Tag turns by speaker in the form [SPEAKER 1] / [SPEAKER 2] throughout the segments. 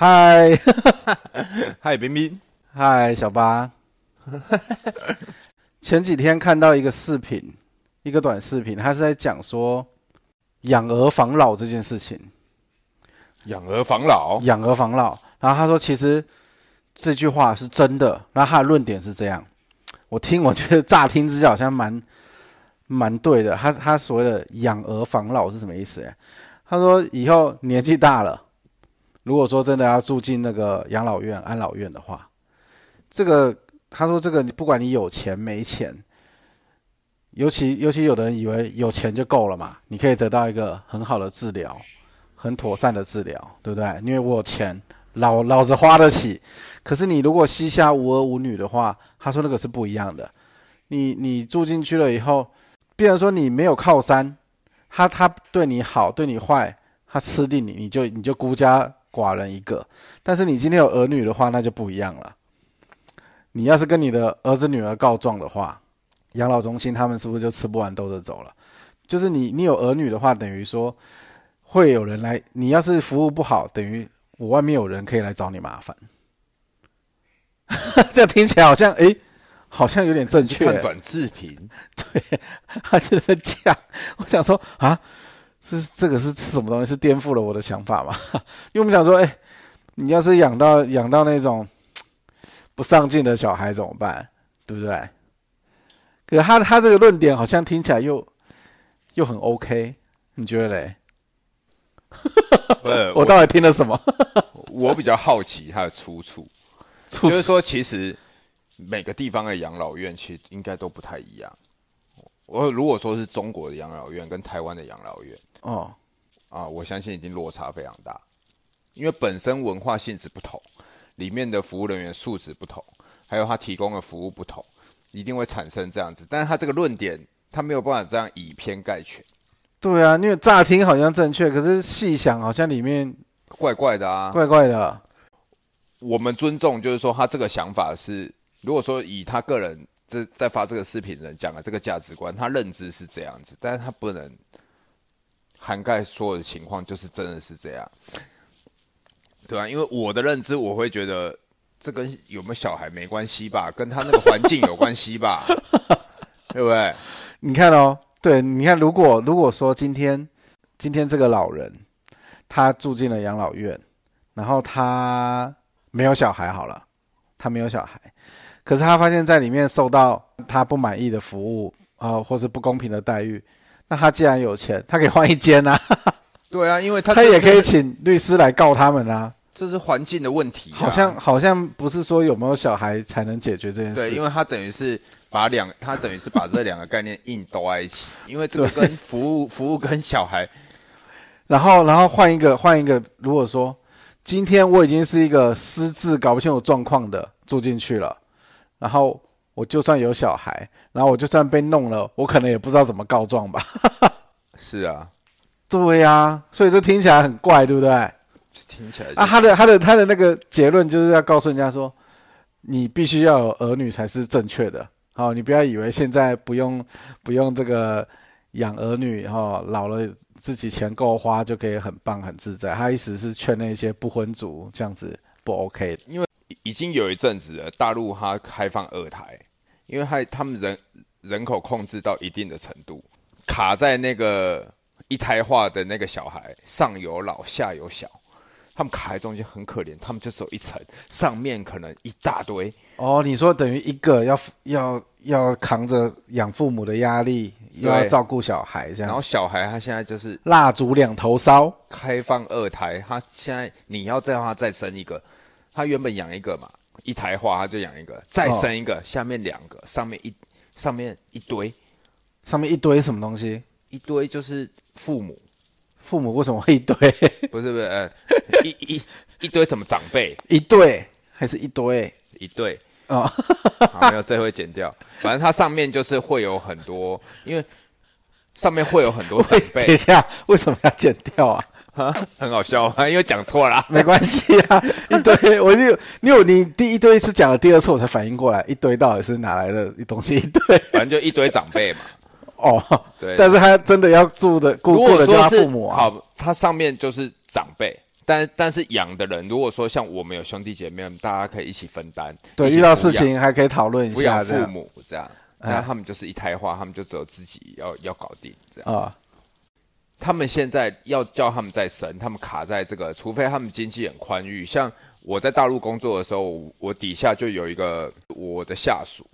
[SPEAKER 1] 嗨
[SPEAKER 2] 嗨，冰冰，
[SPEAKER 1] 嗨，小八。 前几天看到一个视频，一个短视频，他是在讲说养儿防老这件事情。
[SPEAKER 2] 养儿防老，
[SPEAKER 1] 养儿防老。然后他说，其实这句话是真的。然后他的论点是这样，我听我觉得乍听之下好像蛮蛮对的。他他所谓的养儿防老是什么意思？他说以后年纪大了，如果说真的要住进那个养老院、安老院的话，这个他说这个你不管你有钱没钱。尤其尤其有的人以为有钱就够了嘛，你可以得到一个很好的治疗，很妥善的治疗，对不对？因为我有钱，老老子花得起。可是你如果膝下无儿无女的话，他说那个是不一样的。你你住进去了以后，变成说你没有靠山，他他对你好，对你坏，他吃定你，你就你就孤家寡人一个。但是你今天有儿女的话，那就不一样了。你要是跟你的儿子女儿告状的话，养老中心他们是不是就吃不完兜着走了？就是你你有儿女的话，等于说会有人来。你要是服务不好，等于我外面有人可以来找你麻烦。 这样听起来好像诶，好像有点正确。
[SPEAKER 2] 看短视频，
[SPEAKER 1] 他就在讲，我想说啊，是这个是什么东西？是颠覆了我的想法吗？ 因为我们想说，哎、你要是养到养到那种不上进的小孩怎么办？对不对？可是他他这个论点好像听起来又又很 OK，你觉得嘞？
[SPEAKER 2] 呃，
[SPEAKER 1] 我
[SPEAKER 2] 我
[SPEAKER 1] 到底听了什么？
[SPEAKER 2] 我比较好奇它的出处，就是说，其实每个地方的养老院其实应该都不太一样。我如果说是中国的养老院跟台湾的养老院
[SPEAKER 1] 哦，
[SPEAKER 2] 啊，我相信已经落差非常大，因为本身文化性质不同，里面的服务人员素质不同，还有他提供的服务不同，一定会产生这样子。但是他这个论点，他没有办法这样以偏概全，
[SPEAKER 1] 对啊，因为乍听好像正确，可是细想好像里面
[SPEAKER 2] 怪怪的啊。
[SPEAKER 1] 怪怪的。
[SPEAKER 2] 我们尊重，就是说他这个想法是，如果说以他个人这在发这个视频的人讲的这个价值观，他认知是这样子，但是他不能涵盖所有的情况，就是真的是这样，对啊，因为我的认知，我会觉得这跟有没有小孩没关系吧，跟他那个环境有关系吧， 对不对？
[SPEAKER 1] 你看哦，对，你看，如果如果说今天今天这个老人他住进了养老院，然后他没有小孩好了，他没有小孩，可是他发现在里面受到他不满意的服务啊、呃或是不公平的待遇，那他既然有钱，他可以换一间啊，
[SPEAKER 2] 对啊，因 为他
[SPEAKER 1] 他也可以
[SPEAKER 2] 这是，
[SPEAKER 1] 请律师来告他们啊。
[SPEAKER 2] 这是环境的问题啊、
[SPEAKER 1] 好像好像不是说有没有小孩才能解决这件
[SPEAKER 2] 对，因
[SPEAKER 1] 事，
[SPEAKER 2] 为他等于是把两，他等于是把这两个概念硬兜在一起，因为这个跟服务服务跟小孩，
[SPEAKER 1] 然后然后换一个换一个，如果说今天我已经是一个失智搞不清楚状况的住进去了，然后我就算有小孩，然后我就算被弄了，我可能也不知道怎么告状吧。
[SPEAKER 2] 是啊，
[SPEAKER 1] 对呀、所以这听起来很怪，对不对？
[SPEAKER 2] 听起来就
[SPEAKER 1] 啊，他的他的他的那个结论就是要告诉人家说，你必须要有儿女才是正确的。好、你不要以为现在不用不用这个养儿女，哈、老了自己钱够花就可以很棒很自在。他意思是劝那些不婚族这样子不 OK 的。
[SPEAKER 2] 已经有一阵子了，大陆它开放二胎，因为它他们人人口控制到一定的程度，卡在那个一胎化的那个小孩，上有老下有小，他们卡在中间很可怜，他们就只有一层，上面可能一大堆，
[SPEAKER 1] 哦，你说等于一个要要要扛着养父母的压力，又要
[SPEAKER 2] 对
[SPEAKER 1] 照顾小孩这
[SPEAKER 2] 然后
[SPEAKER 1] 样，
[SPEAKER 2] 小孩他现在就是
[SPEAKER 1] 蜡烛两头烧。
[SPEAKER 2] 开放二胎，他现在你要再让他再生一个，他原本养一个嘛，一台化他就养一个，再生一个，下面两个，上面一上面一堆
[SPEAKER 1] 上面一堆什么东西？
[SPEAKER 2] 一堆就是父母，
[SPEAKER 1] 父母为什么会一堆？
[SPEAKER 2] 不是不是，呃， 一一一堆什么长辈
[SPEAKER 1] 一对还是一堆？
[SPEAKER 2] 一对，
[SPEAKER 1] 哦，
[SPEAKER 2] 好，没有这会剪掉，反正它上面就是会有很多，因为上面会有很多 长
[SPEAKER 1] 等一
[SPEAKER 2] 辈，
[SPEAKER 1] 下，为什么要剪掉 啊？
[SPEAKER 2] 很好笑啊，因为讲错啦，
[SPEAKER 1] 没关系啊，一堆，我就你有你第一堆是讲了，第二次我才反应过来，一堆到底是哪来的东西？一堆
[SPEAKER 2] 反正就一堆长辈嘛。
[SPEAKER 1] 哦，
[SPEAKER 2] 对
[SPEAKER 1] 但是他真的要住的顾
[SPEAKER 2] 如
[SPEAKER 1] 顾
[SPEAKER 2] 果
[SPEAKER 1] 的就
[SPEAKER 2] 说
[SPEAKER 1] 他
[SPEAKER 2] 是
[SPEAKER 1] 父母啊，
[SPEAKER 2] 好，它上面就是长辈，但但是养的人，如果说像我们有兄弟姐妹，大家可以一起分担，
[SPEAKER 1] 对，
[SPEAKER 2] 一起
[SPEAKER 1] 遇到
[SPEAKER 2] 抚
[SPEAKER 1] 事
[SPEAKER 2] 养
[SPEAKER 1] 情还可以讨论一
[SPEAKER 2] 抚养
[SPEAKER 1] 下，
[SPEAKER 2] 父
[SPEAKER 1] 这样
[SPEAKER 2] 母这样，
[SPEAKER 1] 哎
[SPEAKER 2] 那他们就是一胎化，他们就只有自己要要搞定这样。
[SPEAKER 1] 啊、
[SPEAKER 2] 他们现在要叫他们再生，他们卡在这个，除非他们经济很宽裕。像我在大陆工作的时候，我我底下就有一个我的下属，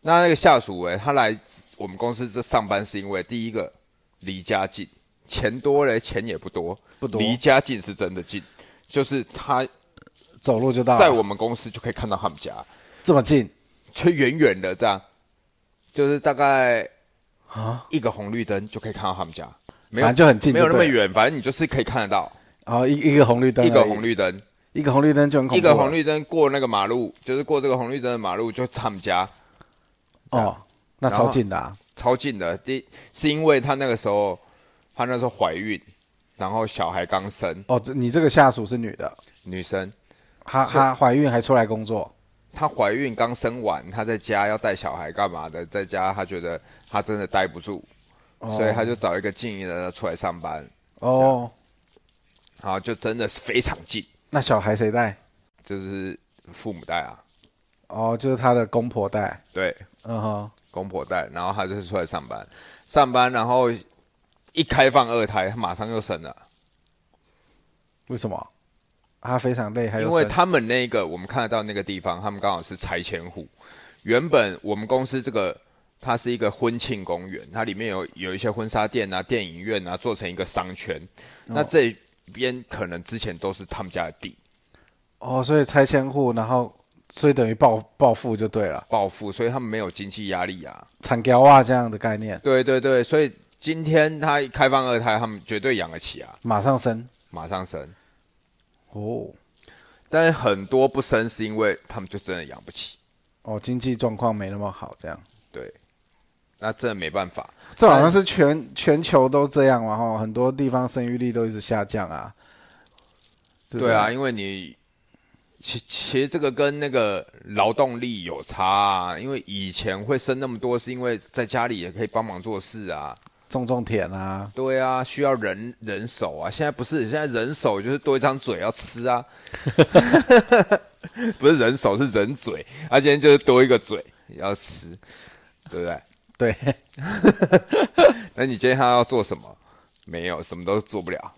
[SPEAKER 2] 那那个下属哎、他来我们公司这上班是因为第一个离家近，钱多嘞，钱也不多，
[SPEAKER 1] 不多
[SPEAKER 2] 离家近是真的近，就是他
[SPEAKER 1] 走路就到了，
[SPEAKER 2] 在我们公司就可以看到他们家，
[SPEAKER 1] 这么近
[SPEAKER 2] 就远远的这样，就是大概
[SPEAKER 1] 啊，
[SPEAKER 2] 一个红绿灯就可以看到他们家，没
[SPEAKER 1] 反
[SPEAKER 2] 有
[SPEAKER 1] 正就很近
[SPEAKER 2] 没有那么
[SPEAKER 1] 就对了，
[SPEAKER 2] 远，反正你就是可以看得到
[SPEAKER 1] 然哦后一一个红绿灯而已，
[SPEAKER 2] 一个红绿灯，
[SPEAKER 1] 一个红绿灯就很恐怖啊
[SPEAKER 2] 一
[SPEAKER 1] 了，
[SPEAKER 2] 个红绿灯过那个马路，就是过这个红绿灯的马路，就是他们家
[SPEAKER 1] 哦，那
[SPEAKER 2] 然后
[SPEAKER 1] 超近的、啊，
[SPEAKER 2] 超近的。第是因为他那个时候，他那时候怀孕，然后小孩刚生，
[SPEAKER 1] 哦，这你这个下属是女的，
[SPEAKER 2] 女生，
[SPEAKER 1] 她
[SPEAKER 2] 是
[SPEAKER 1] 她怀孕还出来工作，
[SPEAKER 2] 她怀孕刚生完，她在家要带小孩干嘛的，在家她觉得她真的待不住，
[SPEAKER 1] 哦
[SPEAKER 2] 所以她就找一个近一点的出来上班，
[SPEAKER 1] 哦，
[SPEAKER 2] 然后啊就真的是非常近，
[SPEAKER 1] 那小孩谁带？
[SPEAKER 2] 就是父母带啊，
[SPEAKER 1] 哦，就是她的公婆带，
[SPEAKER 2] 对，
[SPEAKER 1] 嗯哼，
[SPEAKER 2] 公婆带，然后她就是出来上班，上班然后一开放二胎，她马上又生了。
[SPEAKER 1] 为什么？她非常累，还有
[SPEAKER 2] 因为
[SPEAKER 1] 生
[SPEAKER 2] 他们那个我们看得到那个地方，他们刚好是拆迁户。原本我们公司这个它是一个婚庆公园，它里面有有一些婚纱店啊、电影院啊，做成一个商圈。那这边可能之前都是他们家的地
[SPEAKER 1] 哦，所以拆迁户，然后所以等于暴暴富就对了，
[SPEAKER 2] 暴富，所以他们没有经济压力啊。
[SPEAKER 1] 产胶啊这样的概念，
[SPEAKER 2] 对对对，所以今天他开放二胎，他们绝对养得起啊，
[SPEAKER 1] 马上生
[SPEAKER 2] 马上生。
[SPEAKER 1] 哦
[SPEAKER 2] 但是很多不生是因为他们就真的养不起，
[SPEAKER 1] 哦，经济状况没那么好，这样
[SPEAKER 2] 对，那真的没办法。
[SPEAKER 1] 这好像是全全球都这样嘛，哈，很多地方生育率都一直下降啊。对不
[SPEAKER 2] 对啊，，因为你其其实这个跟那个劳动力有差啊，因为以前会生那么多，是因为在家里也可以帮忙做事啊。
[SPEAKER 1] 种种田啊，
[SPEAKER 2] 对啊，需要人人手啊。现在不是，现在人手就是多一张嘴要吃啊，不是人手是人嘴，啊，今天就是多一个嘴要吃，对不对？
[SPEAKER 1] 对，
[SPEAKER 2] 那你今天他要做什么？没有，什么都做不了。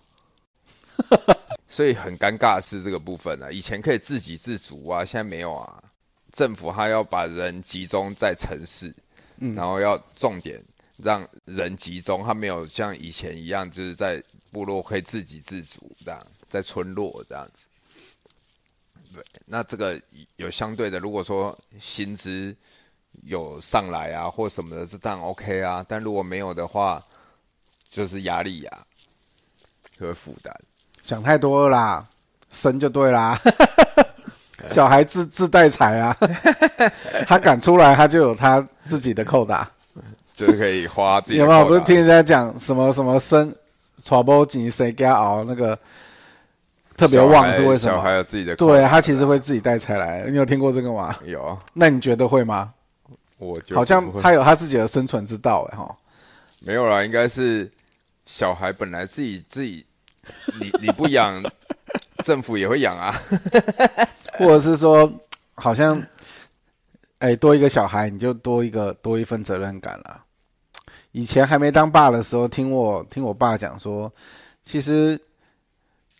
[SPEAKER 2] 所以很尴尬的是这个部分啊，以前可以自给自足啊，现在没有啊。政府他要把人集中在城市，然后要重点让人集中，他没有像以前一样，就是在部落可以自给自足这样，在村落这样子。对，那这个有相对的，如果说薪资有上来啊或什么的，这当然 OK 啊。但如果没有的话，就是压力呀、就会负担。
[SPEAKER 1] 想太多了啦，生就对啦。 小孩自自带财 啊，他敢出来，他就有他自己的扣打。
[SPEAKER 2] 就是可以花自 己
[SPEAKER 1] 有
[SPEAKER 2] 的
[SPEAKER 1] 没有？我
[SPEAKER 2] 扣
[SPEAKER 1] 不是
[SPEAKER 2] 打
[SPEAKER 1] 听人家讲什么什么生传播紧谁给他熬那个特别
[SPEAKER 2] 小
[SPEAKER 1] 旺
[SPEAKER 2] 孩
[SPEAKER 1] 是为什
[SPEAKER 2] 小孩
[SPEAKER 1] 么？
[SPEAKER 2] 有自己的扣
[SPEAKER 1] 对啊他其实会自己带财来，你有听过这个吗？
[SPEAKER 2] 有，啊
[SPEAKER 1] 那你觉得会吗？
[SPEAKER 2] 我觉得
[SPEAKER 1] 好像
[SPEAKER 2] 不会
[SPEAKER 1] 他有他自己的生存之道哎哈。
[SPEAKER 2] 没有啦，应该是小孩本来自己自己，你你不养， 政府也会养啊。
[SPEAKER 1] 或者是说，好像，哎、多一个小孩，你就多一个多一份责任感了。以前还没当爸的时候，听我听我爸讲说，其实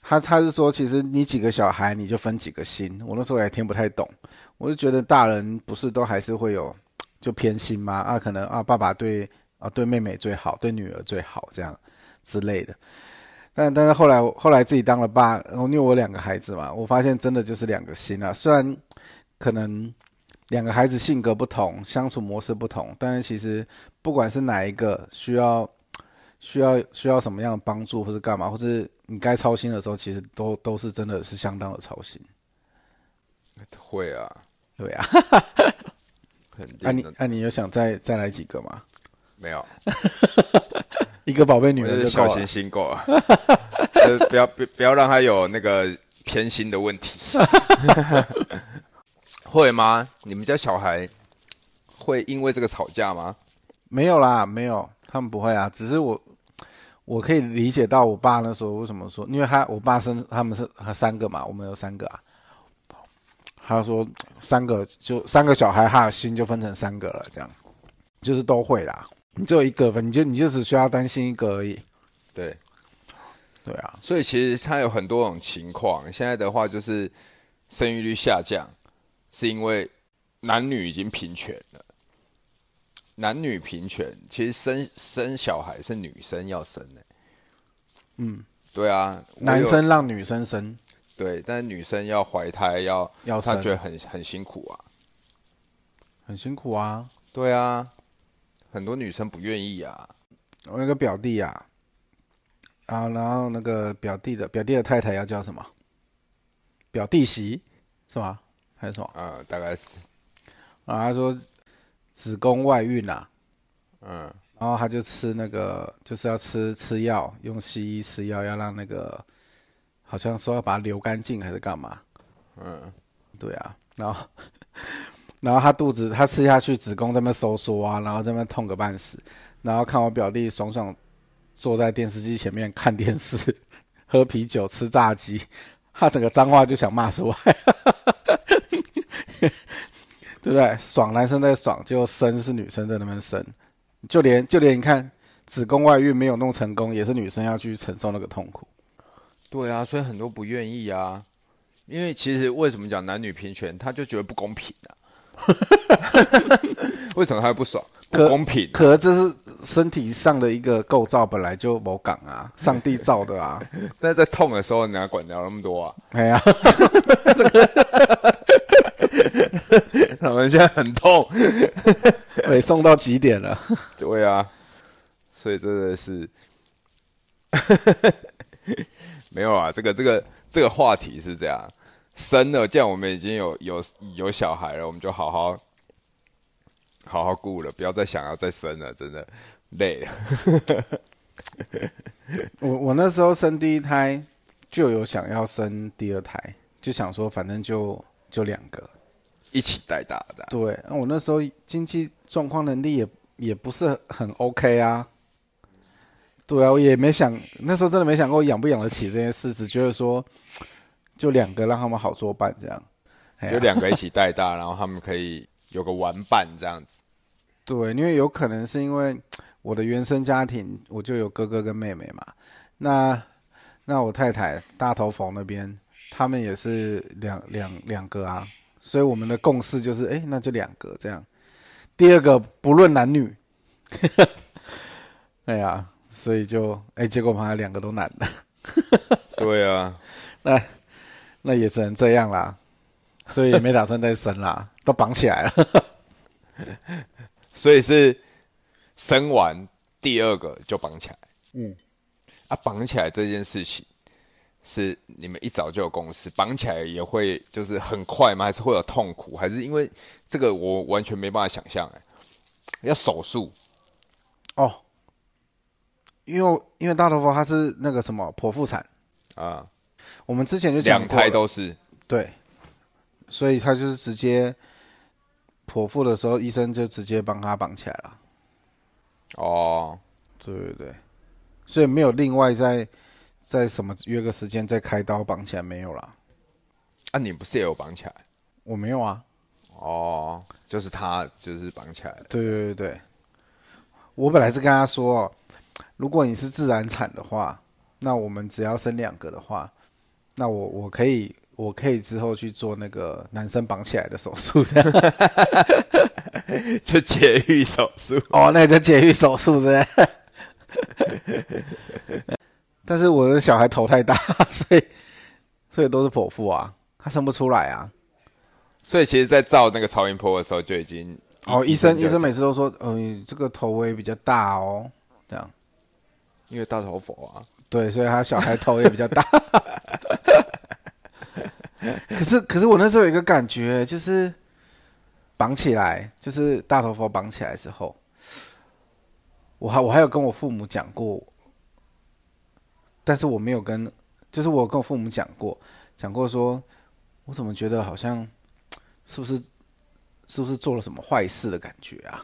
[SPEAKER 1] 他他是说，其实你几个小孩，你就分几个心。我那时候也听不太懂，我就觉得大人不是都还是会有就偏心吗？啊，可能啊，爸爸对啊对妹妹最好，对女儿最好这样之类的。但但是后来我后来自己当了爸，然后因为我有两个孩子嘛，我发现真的就是两个心啊。虽然可能两个孩子性格不同，相处模式不同，但是其实不管是哪一个需要需要需要什么样的帮助，或是干嘛，或是你该操心的时候，其实都都是真的是相当的操心。
[SPEAKER 2] 会啊，
[SPEAKER 1] 对啊，
[SPEAKER 2] 肯定
[SPEAKER 1] 那、
[SPEAKER 2] 的。
[SPEAKER 1] 啊、你那、啊、你有想再再来几个吗？
[SPEAKER 2] 没有，
[SPEAKER 1] 一个宝贝女
[SPEAKER 2] 我
[SPEAKER 1] 儿
[SPEAKER 2] 就是
[SPEAKER 1] 就
[SPEAKER 2] 小
[SPEAKER 1] 够了
[SPEAKER 2] 心。心够了， 就是不要不不要让他有那个偏心的问题。 会吗？你们家小孩会因为这个吵架吗？
[SPEAKER 1] 没有啦，没有，他们不会啊，只是我我可以理解到我爸那时候为什么说，因为他我爸生他们是他三个嘛，我们有三个啊。他说三个就三个小孩，他的心就分成三个了，这样就是都会啦。你只有一个分，你就你就只需要担心一个而已。
[SPEAKER 2] 对，
[SPEAKER 1] 对啊，
[SPEAKER 2] 所以其实它有很多种情况。现在的话就是生育率下降，是因为男女已经平权了。男女平权，其实生生小孩是女生要生的、嗯，对啊，
[SPEAKER 1] 嗯
[SPEAKER 2] 我有
[SPEAKER 1] 男生让女生生，
[SPEAKER 2] 对，但是女生要怀胎要，
[SPEAKER 1] 要
[SPEAKER 2] 她
[SPEAKER 1] 生
[SPEAKER 2] 觉得很很辛苦啊。
[SPEAKER 1] 很辛苦啊。
[SPEAKER 2] 对啊，很多女生不愿意啊。
[SPEAKER 1] 我有个表弟啊，啊，然后那个表弟的表弟的太太要叫什么？表弟媳是吗？还是什么？
[SPEAKER 2] 嗯，大概是，
[SPEAKER 1] 啊，他说子宫外孕啊，
[SPEAKER 2] 嗯，
[SPEAKER 1] 然后他就吃那个，就是要吃吃药，用西医吃药，要让那个好像说要把它流干净还是干嘛？
[SPEAKER 2] 嗯，
[SPEAKER 1] 对啊，然后 然后他肚子他吃下去，子宫在那边收缩啊，然后在那边痛个半死，然后看我表弟爽爽坐在电视机前面看电视， 喝啤酒吃炸鸡，他整个脏话就想骂出来， 对不对？爽男生在爽，就生是女生在那边生，就连就连你看子宫外孕没有弄成功，也是女生要去承受那个痛苦。
[SPEAKER 2] 对啊，所以很多不愿意啊。因为其实为什么讲男女平权，他就觉得不公平啊。 为什么他会不爽？不
[SPEAKER 1] 可
[SPEAKER 2] 公平。
[SPEAKER 1] 可是这是身体上的一个构造，本来就某港啊，上帝造的啊，
[SPEAKER 2] 但是在痛的时候，你哪管了那么多啊？
[SPEAKER 1] 哎呀，
[SPEAKER 2] 他们现在很痛。
[SPEAKER 1] 被送到极点了。
[SPEAKER 2] 对啊，所以真的是 没有啊。这个这个这个话题是这样，生了，既然我们已经有有有小孩了，我们就好好好好顾了，不要再想要再生了，真的累了。
[SPEAKER 1] 我我那时候生第一胎就有想要生第二胎，就想说反正就就两个。
[SPEAKER 2] 一起带大的啊、
[SPEAKER 1] 对，那我那时候经济状况能力也也不是很 OK 啊。对啊，我也没想，那时候真的没想过养不养得起这件事，只觉得说就两个让他们好作伴这样。哎呀
[SPEAKER 2] 就两个一起带大，然后他们可以有个玩伴这样子。
[SPEAKER 1] 对，因为有可能是因为我的原生家庭，我就有哥哥跟妹妹嘛。那那我太太大头房那边，他们也是两两两个啊，所以我们的共识就是，哎，那就两个这样。第二个不论男女， 哎呀，所以就哎，结果我们还两个都男的，
[SPEAKER 2] 对啊，
[SPEAKER 1] 那那也只能这样啦，所以也没打算再生啦，都绑起来了。
[SPEAKER 2] 所以是生完第二个就绑起来。
[SPEAKER 1] 嗯，
[SPEAKER 2] 啊，绑起来这件事情是你们一早就有共识，绑起来也会就是很快吗？还是会有痛苦？还是因为这个我完全没办法想象哎、要手术
[SPEAKER 1] 哦，因为我因为大头佛他是那个什么剖腹产，
[SPEAKER 2] 啊，
[SPEAKER 1] 我们之前就讲
[SPEAKER 2] 两
[SPEAKER 1] 过了
[SPEAKER 2] 胎都是
[SPEAKER 1] 对，所以他就是直接剖腹的时候，医生就直接帮他绑起来了。
[SPEAKER 2] 哦，
[SPEAKER 1] 对对对，所以没有另外再再什么约个时间再开刀绑起来没有啦，
[SPEAKER 2] 啊，你不是也有绑起来
[SPEAKER 1] 我没有啊。
[SPEAKER 2] 哦？就是他就是绑起来了，
[SPEAKER 1] 对对对对，我本来是跟他说哦，如果你是自然产的话，那我们只要生两个的话，那我我可以我可以之后去做那个男生绑起来的手术，这样
[SPEAKER 2] 就节育手术。
[SPEAKER 1] 哦，那叫节育手术这样。但是我的小孩头太大， 所以所以都是剖腹啊，他生不出来啊。
[SPEAKER 2] 所以其实，在照那个超音波的时候就已经
[SPEAKER 1] 哦，医生
[SPEAKER 2] 就
[SPEAKER 1] 医生每次都说，呃，你这个头围比较大哦，这样。
[SPEAKER 2] 因为大头佛啊，
[SPEAKER 1] 对，所以他小孩头也比较大。 可是，可是我那时候有一个感觉，就是绑起来，就是大头佛绑起来之后，我还我还有跟我父母讲过，但是我没有跟，就是我有跟我父母讲过，讲过说，我怎么觉得好像是不是是不是做了什么坏事的感觉啊？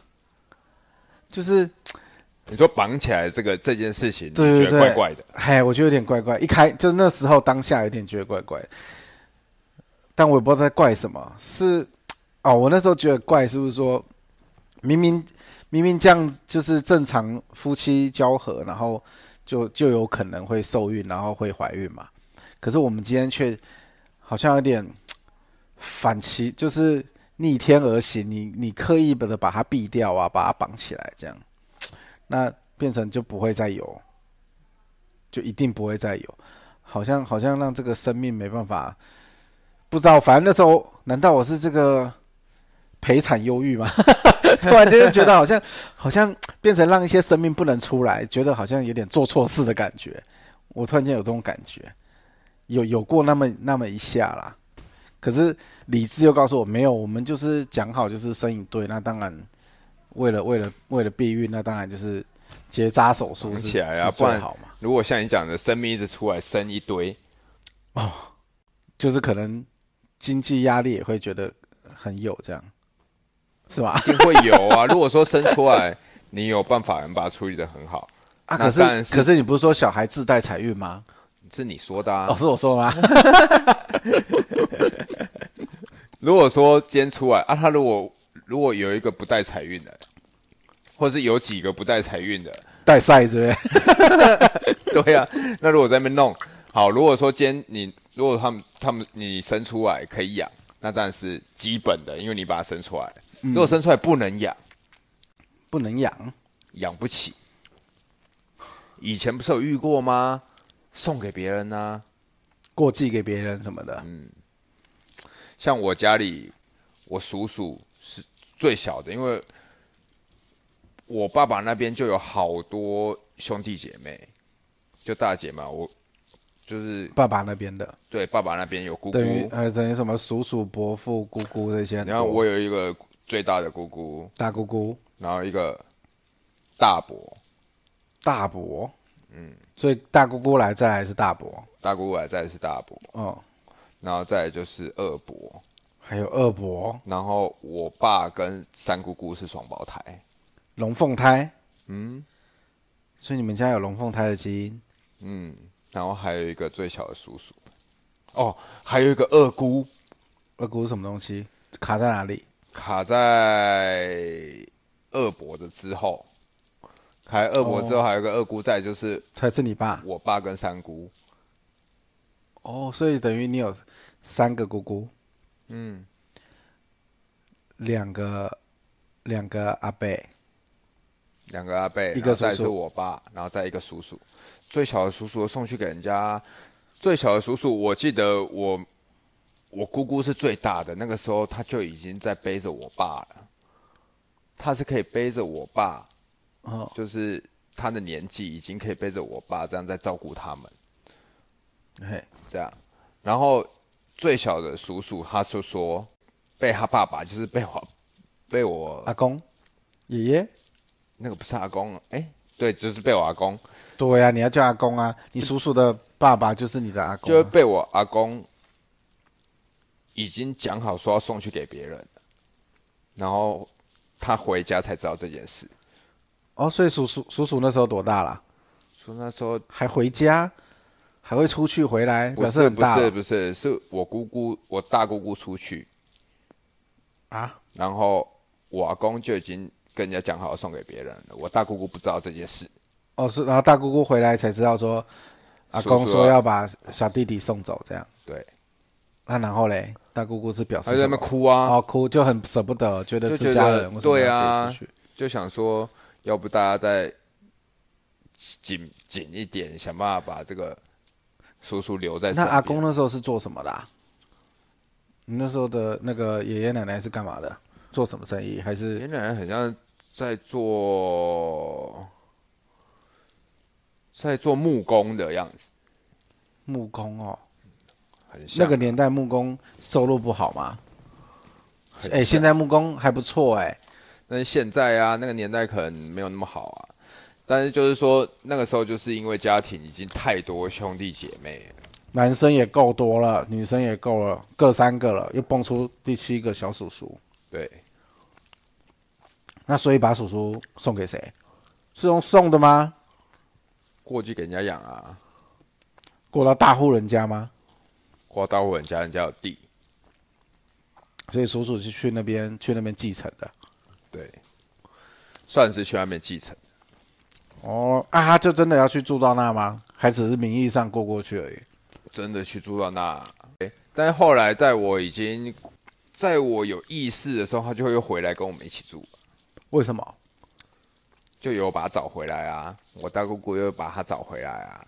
[SPEAKER 1] 就是
[SPEAKER 2] 你说绑起来这个这件事情，你
[SPEAKER 1] 对对
[SPEAKER 2] 觉得怪怪的，
[SPEAKER 1] 哎，我觉得有点怪怪，一开就那时候当下有点觉得怪怪，但我也不知道在怪什么。是哦，我那时候觉得怪，是不是说明明明明这样子就是正常夫妻交合，然后就就有可能会受孕，然后会怀孕嘛？可是我们今天却好像有点反其，就是逆天而行，你你刻意的把它避掉啊，把它绑起来，这样那变成就不会再有。就一定不会再有，好像好像让这个生命没办法，不知道，反正那时候难道我是这个陪产忧郁吗？ 突然间就觉得好像好像变成让一些生命不能出来，觉得好像有点做错事的感觉。我突然间有这种感觉，有有过那么那么一下啦。可是理智又告诉我，没有，我们就是讲好就是生一对，那当然为了为了为了避孕，那当然就是结扎手术
[SPEAKER 2] 绑
[SPEAKER 1] 是
[SPEAKER 2] 起来啊
[SPEAKER 1] 是
[SPEAKER 2] 不
[SPEAKER 1] 最
[SPEAKER 2] 然
[SPEAKER 1] 好嘛。
[SPEAKER 2] 如果像你讲的，生命一直出来生一堆，
[SPEAKER 1] 就是可能经济压力也会觉得很有这样，是吧？
[SPEAKER 2] 一定会有啊。如果说生出来，你有办法能把它处理的很好，
[SPEAKER 1] 啊，
[SPEAKER 2] 那
[SPEAKER 1] 可
[SPEAKER 2] 当然
[SPEAKER 1] 是
[SPEAKER 2] 是
[SPEAKER 1] 可是你不是说小孩自带财运吗？
[SPEAKER 2] 是你说的啊。
[SPEAKER 1] 哦，是我说的 吗？
[SPEAKER 2] 如果说今天出来啊，他如果如果有一个不带财运的，或是有几个不带财运的，
[SPEAKER 1] 带赛对不对？
[SPEAKER 2] 对呀、那如果在那边弄好，如果说今天你如果他们他们你生出来可以养，那当然是基本的，因为你把它生出来。
[SPEAKER 1] 嗯
[SPEAKER 2] 如果生出来不能养，
[SPEAKER 1] 不能养
[SPEAKER 2] 养不起。以前不是有遇过吗？送给别人啊，
[SPEAKER 1] 过继给别人什么的，
[SPEAKER 2] 嗯像我家里，我叔叔是最小的，因为我爸爸那边就有好多兄弟姐妹，就大姐嘛，我就是
[SPEAKER 1] 爸爸那边的，
[SPEAKER 2] 对爸爸那边有姑姑
[SPEAKER 1] 等，于呃等于什么叔叔、伯父、姑姑这些很多，
[SPEAKER 2] 然后我有一个最大的姑姑，
[SPEAKER 1] 大姑姑、
[SPEAKER 2] 然后一个大伯，
[SPEAKER 1] 大伯，嗯，所以大姑姑来再来是大伯，
[SPEAKER 2] 大姑姑还在是大伯，
[SPEAKER 1] 哦，
[SPEAKER 2] 然后再来就是二伯，
[SPEAKER 1] 还有二伯、
[SPEAKER 2] 然后我爸跟三姑姑是双胞胎，
[SPEAKER 1] 龙凤胎，
[SPEAKER 2] 嗯
[SPEAKER 1] 所以你们家有龙凤胎的基因，
[SPEAKER 2] 嗯，然后还有一个最小的叔叔，哦，还有一个二姑
[SPEAKER 1] 二姑是什么东西？卡在哪里？
[SPEAKER 2] 卡在二伯的之后，还有二伯之后还有一个二姑在，就是
[SPEAKER 1] 才是你爸。
[SPEAKER 2] 我爸跟三姑，
[SPEAKER 1] 哦，所以等于你有三个姑姑，
[SPEAKER 2] 嗯，
[SPEAKER 1] 两个两个阿伯，
[SPEAKER 2] 两个阿伯，
[SPEAKER 1] 一个
[SPEAKER 2] 然后再
[SPEAKER 1] 叔叔
[SPEAKER 2] 是我爸，然后再一个叔叔。最小的叔叔送去给人家，最小的叔叔，我记得我我姑姑是最大的，那个时候她就已经在背着我爸了。她是可以背着我爸，
[SPEAKER 1] 哦，
[SPEAKER 2] 就是她的年纪已经可以背着我爸，这样在照顾他们
[SPEAKER 1] 嘿，
[SPEAKER 2] 这样。然后最小的叔叔他就说，被他爸爸就是被我被我
[SPEAKER 1] 阿公、爷爷，
[SPEAKER 2] 那个不是阿公，哎、对，就是被我阿公
[SPEAKER 1] 对呀、你要叫阿公啊，你叔叔的爸爸就是你的阿公
[SPEAKER 2] 就是
[SPEAKER 1] 啊、
[SPEAKER 2] 被我阿公已经讲好说要送去给别人了，然后他回家才知道这件事。
[SPEAKER 1] 哦，所以叔叔叔叔那时候多大了？
[SPEAKER 2] 说那时候
[SPEAKER 1] 还回家，还会出去回来，
[SPEAKER 2] 不
[SPEAKER 1] 表示
[SPEAKER 2] 是
[SPEAKER 1] 很
[SPEAKER 2] 不
[SPEAKER 1] 大
[SPEAKER 2] 是
[SPEAKER 1] 了
[SPEAKER 2] 不是，是我姑姑我大姑姑出去，
[SPEAKER 1] 啊。
[SPEAKER 2] 然后我阿公就已经跟人家讲好要送给别人了，我大姑姑不知道这件事。
[SPEAKER 1] 哦，是，然后大姑姑回来才知道说，阿公
[SPEAKER 2] 叔叔啊
[SPEAKER 1] 说要把小弟弟送走，这样。
[SPEAKER 2] 对，
[SPEAKER 1] 那、然后嘞，大姑姑是表示
[SPEAKER 2] 他就在
[SPEAKER 1] 什
[SPEAKER 2] 那
[SPEAKER 1] 么
[SPEAKER 2] 边哭啊，
[SPEAKER 1] 哦，哭就很舍不得，觉得
[SPEAKER 2] 就
[SPEAKER 1] 自
[SPEAKER 2] 觉
[SPEAKER 1] 家
[SPEAKER 2] 得
[SPEAKER 1] 人为什么
[SPEAKER 2] 对
[SPEAKER 1] 要
[SPEAKER 2] 啊
[SPEAKER 1] 给出去？
[SPEAKER 2] 就想说，要不大家再紧紧一点，想办法把这个叔叔留在
[SPEAKER 1] 那
[SPEAKER 2] 身边
[SPEAKER 1] 阿公那时候是做什么的啊、你那时候的那个爷爷奶奶是干嘛的？做什么生意？还
[SPEAKER 2] 爷爷
[SPEAKER 1] 是
[SPEAKER 2] 奶奶很像在做在做木工的样子，
[SPEAKER 1] 木工哦？
[SPEAKER 2] 很像
[SPEAKER 1] 那个年代木工收入不好吗？
[SPEAKER 2] 很
[SPEAKER 1] 哎、现在木工还不错哎、
[SPEAKER 2] 但是现在啊，那个年代可能没有那么好啊。但是就是说，那个时候就是因为家庭已经太多兄弟姐妹了，
[SPEAKER 1] 男生也够多了，女生也够了，各三个了，又蹦出第七个小叔叔。
[SPEAKER 2] 对，
[SPEAKER 1] 那所以把叔叔送给谁？是用送的吗？
[SPEAKER 2] 过继给人家养啊，
[SPEAKER 1] 过到大户人家吗？
[SPEAKER 2] 刮刀户人家人家有地，
[SPEAKER 1] 所以叔叔是去那边去那边继承的。
[SPEAKER 2] 对，算是去外面继承。
[SPEAKER 1] 哦，啊，他就真的要去住到那吗？还只是名义上过过去而已？
[SPEAKER 2] 真的去住到那。诶但是后来在我已经在我有意识的时候，他就会又回来跟我们一起住，
[SPEAKER 1] 为什么？
[SPEAKER 2] 就有把他找回来啊。我大姑姑又把他找回来啊，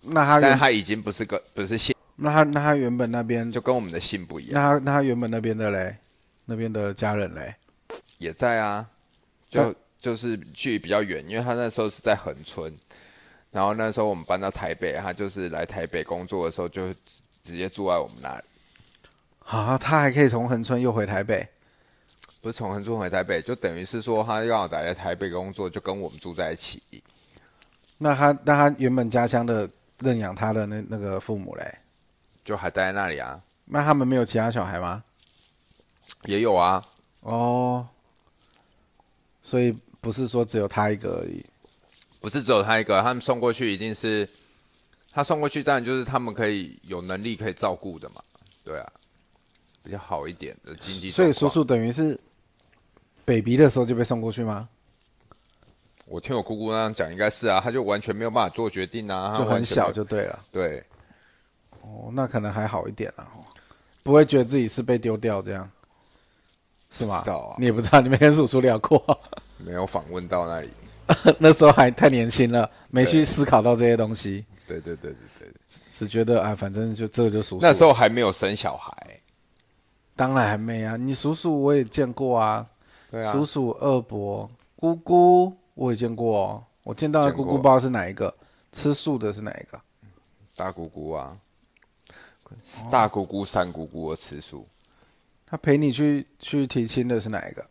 [SPEAKER 1] 那他
[SPEAKER 2] 但
[SPEAKER 1] 原
[SPEAKER 2] 他已经不是个不是姓，
[SPEAKER 1] 那他那他原本那边
[SPEAKER 2] 就跟我们的姓不一
[SPEAKER 1] 那
[SPEAKER 2] 样，
[SPEAKER 1] 他那他原本那边的嘞，那边的家人嘞，
[SPEAKER 2] 也在啊，就就是距离比较远，因为他那时候是在恒春，然后那时候我们搬到台北，他就是来台北工作的时候就直直接住在我们那里，
[SPEAKER 1] 啊，他还可以从恒春又回台北，
[SPEAKER 2] 不是从恒春回台北，就等于是说他要来来台北工作，就跟我们住在一起。
[SPEAKER 1] 那他那他原本家乡的认养他的那那个父母嘞，
[SPEAKER 2] 就还待在那里啊，
[SPEAKER 1] 那他们没有其他小孩吗？
[SPEAKER 2] 也有啊，
[SPEAKER 1] 哦，所以不是说只有他一个而已，
[SPEAKER 2] 不是只有他一个，他们送过去一定是他送过去，当然就是他们可以有能力可以照顾的嘛，对啊，比较好一点的经济
[SPEAKER 1] 所
[SPEAKER 2] 状
[SPEAKER 1] 以
[SPEAKER 2] 况。
[SPEAKER 1] 叔叔等于是 baby 的时候就被送过去吗？
[SPEAKER 2] 我听我姑姑那样讲，应该是啊，他就完全没有办法做决定啊，
[SPEAKER 1] 就
[SPEAKER 2] 他完
[SPEAKER 1] 很
[SPEAKER 2] 全
[SPEAKER 1] 小
[SPEAKER 2] 没有
[SPEAKER 1] 就对了，
[SPEAKER 2] 对，
[SPEAKER 1] 哦，那可能还好一点了、哦，不会觉得自己是被丢掉这样，是吗？
[SPEAKER 2] 不知道啊
[SPEAKER 1] 你也不知道，你没跟叔叔聊过。
[SPEAKER 2] 没有访问到那里。
[SPEAKER 1] 那时候还太年轻了，没去
[SPEAKER 2] 对
[SPEAKER 1] 思考到这些东西，
[SPEAKER 2] 对对对对对，
[SPEAKER 1] 只觉得啊，反正就这个就叔叔。
[SPEAKER 2] 那时候还没有生小孩，
[SPEAKER 1] 当然还没啊，你叔叔我也见过啊，
[SPEAKER 2] 对啊
[SPEAKER 1] 叔，叔二伯、姑姑我也见过哦，我见到的
[SPEAKER 2] 见
[SPEAKER 1] 姑
[SPEAKER 2] 过
[SPEAKER 1] 姑不知道是哪一个，吃素的是哪一个？
[SPEAKER 2] 大姑姑啊，
[SPEAKER 1] 哦
[SPEAKER 2] 大姑姑、三姑姑的次数，
[SPEAKER 1] 他陪你去去提亲的是哪一个？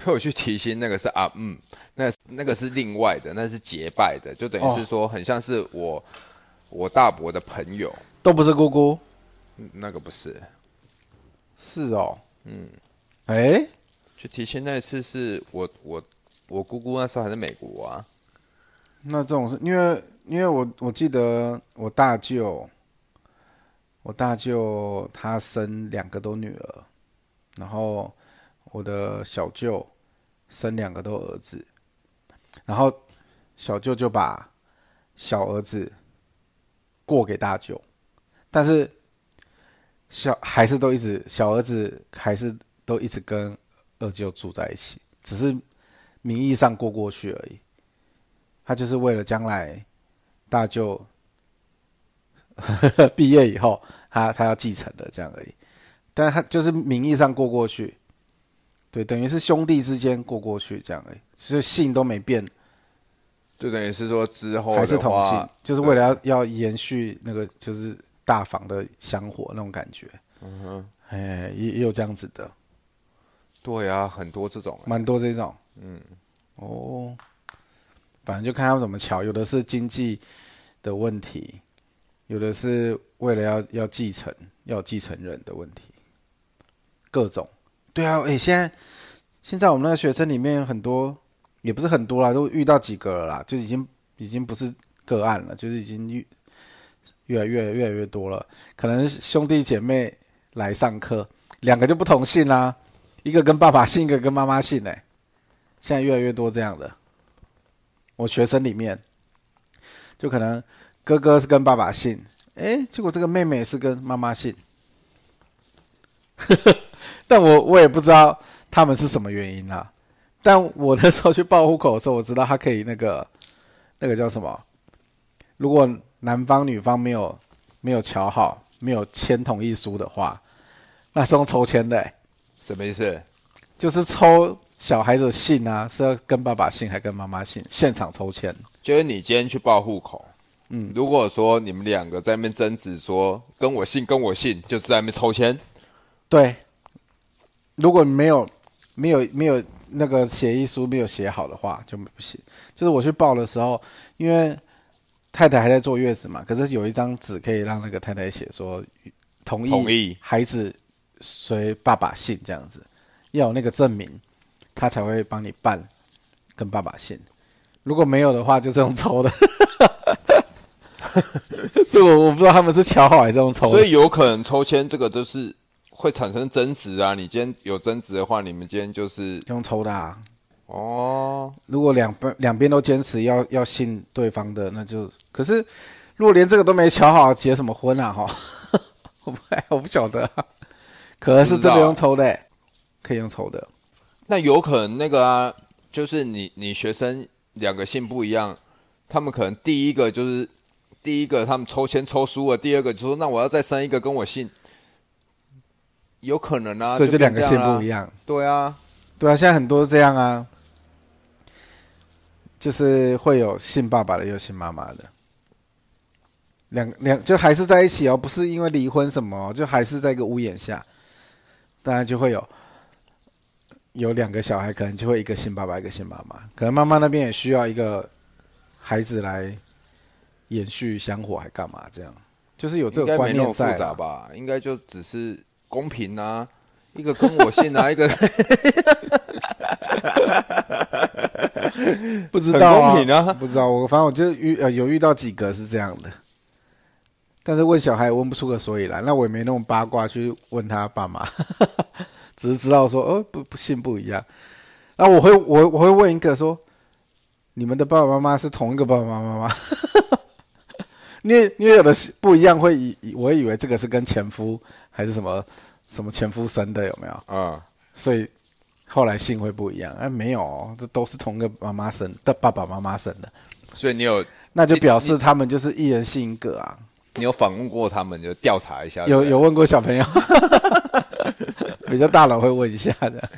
[SPEAKER 2] 陪我去提亲那个是啊，嗯，那那个是另外的，那是结拜的，就等
[SPEAKER 1] 哦
[SPEAKER 2] 于是说很像是我我大伯的朋友，
[SPEAKER 1] 都不是姑姑，
[SPEAKER 2] 嗯那个不是。
[SPEAKER 1] 是哦，嗯，哎，
[SPEAKER 2] 去提亲那一次是我我我姑姑那时候还在美国啊，
[SPEAKER 1] 那这种是因为因为我我记得我大舅，我大舅他生两个都女儿，然后我的小舅生两个都儿子，然后小舅就把小儿子过给大舅，但是小还是都一直小儿子还是都一直跟二舅住在一起，只是名义上过过去而已。他就是为了将来大舅 毕业以后，他他要继承的这样而已。但是他就是名义上过过去，对，等于是兄弟之间过过去这样而已，所以姓都没变，
[SPEAKER 2] 就等于是说之后
[SPEAKER 1] 还是
[SPEAKER 2] 的
[SPEAKER 1] 同姓
[SPEAKER 2] 话，，
[SPEAKER 1] 就是为了要要延续那个就是大房的香火那种感觉。嗯哼，哎，也也有这样子的，
[SPEAKER 2] 对啊，很多这种、
[SPEAKER 1] 蛮多这种。嗯，哦，反正就看他们怎么瞧，有的是经济的问题，有的是为了要要继承要有继承人的问题，各种。对啊，诶，现在现在我们那个学生里面很多，也不是很多啦，都遇到几个了啦，就已经已经不是个案了，就是已经越越来越越来越多了。可能兄弟姐妹来上课，两个就不同姓啦、一个跟爸爸姓，一个跟妈妈姓、欸，现在越来越多这样的。我学生里面，就可能哥哥是跟爸爸姓，哎、结果这个妹妹是跟妈妈姓， 但我我也不知道他们是什么原因啦、但我那时候去报户口的时候，我知道他可以那个那个叫什么，如果男方女方没有没有瞧好，没有签同意书的话，那是用抽签的、欸。
[SPEAKER 2] 什么意思？
[SPEAKER 1] 就是抽小孩子的姓啊，是要跟爸爸姓还跟妈妈姓？现场抽签，
[SPEAKER 2] 就是你今天去报户口，嗯，如果说你们两个在那边争执说跟我姓跟我姓，就在那边抽签，
[SPEAKER 1] 对。如果你没有没有没有那个协议书没有写好的话，就不行。就是我去报的时候，因为太太还在坐月子嘛，可是有一张纸可以让那个太太写说同意
[SPEAKER 2] 同意
[SPEAKER 1] 孩子随爸爸姓这样子，要有那个证明，他才会帮你办跟爸爸姓。如果没有的话，就这种抽 的。所以我我不知道他们是巧好还是这种抽的。
[SPEAKER 2] 所以有可能抽签这个都是会产生争执啊。你今天有争执的话，你们今天就是
[SPEAKER 1] 用抽的啊。
[SPEAKER 2] 哦，
[SPEAKER 1] 如果两边两边都坚持要要信对方的，那就可是如果连这个都没瞧好，结什么婚啊？哈， 我不我不晓得、啊，可能是真的用抽的欸、可以用抽的。
[SPEAKER 2] 那有可能那个啊，就是你你学生两个姓不一样，他们可能第一个就是第一个他们抽签抽输了，第二个就说那我要再生一个跟我姓，有可能啊，
[SPEAKER 1] 所以就两个姓
[SPEAKER 2] 变这样啊
[SPEAKER 1] 不一样。
[SPEAKER 2] 对啊，
[SPEAKER 1] 对啊，现在很多这样啊，就是会有信爸爸的，也有信妈妈的，两两就还是在一起哦，不是因为离婚什么哦，就还是在一个屋檐下，当然就会有有两个小孩，可能就会一个信爸爸，一个信妈妈，可能妈妈那边也需要一个孩子来延续香火，还干嘛这样？就是有这
[SPEAKER 2] 应
[SPEAKER 1] 个
[SPEAKER 2] 该
[SPEAKER 1] 观
[SPEAKER 2] 没那
[SPEAKER 1] 念
[SPEAKER 2] 么复
[SPEAKER 1] 在
[SPEAKER 2] 杂
[SPEAKER 1] 啦，
[SPEAKER 2] 吧？应该就只是公平啊，一个跟我姓啊，一个
[SPEAKER 1] 不知道、啊、
[SPEAKER 2] 很公平啊
[SPEAKER 1] 不知道我反正我就遇呃有遇到几个是这样的，但是问小孩也问不出个所以然，那我也没那种八卦去问他爸妈， 只是知道说哦不不信不一样。那我会我我会问一个说，你们的爸爸妈妈是同一个爸爸妈妈吗？ 因为因为有的是不一样，会以以我以为这个是跟前夫还是什么什么前夫生的有没有？
[SPEAKER 2] 嗯，
[SPEAKER 1] 所以后来姓会不一样。哎，没有、哦，这都是同一个妈妈生的，爸爸妈妈生的，
[SPEAKER 2] 所以你有
[SPEAKER 1] 那就表示他们就是一人姓一个啊。
[SPEAKER 2] 你有访问过他们，就调查一
[SPEAKER 1] 有
[SPEAKER 2] 下，哎对不对
[SPEAKER 1] 有问过小朋友， 比较大佬会问一下的，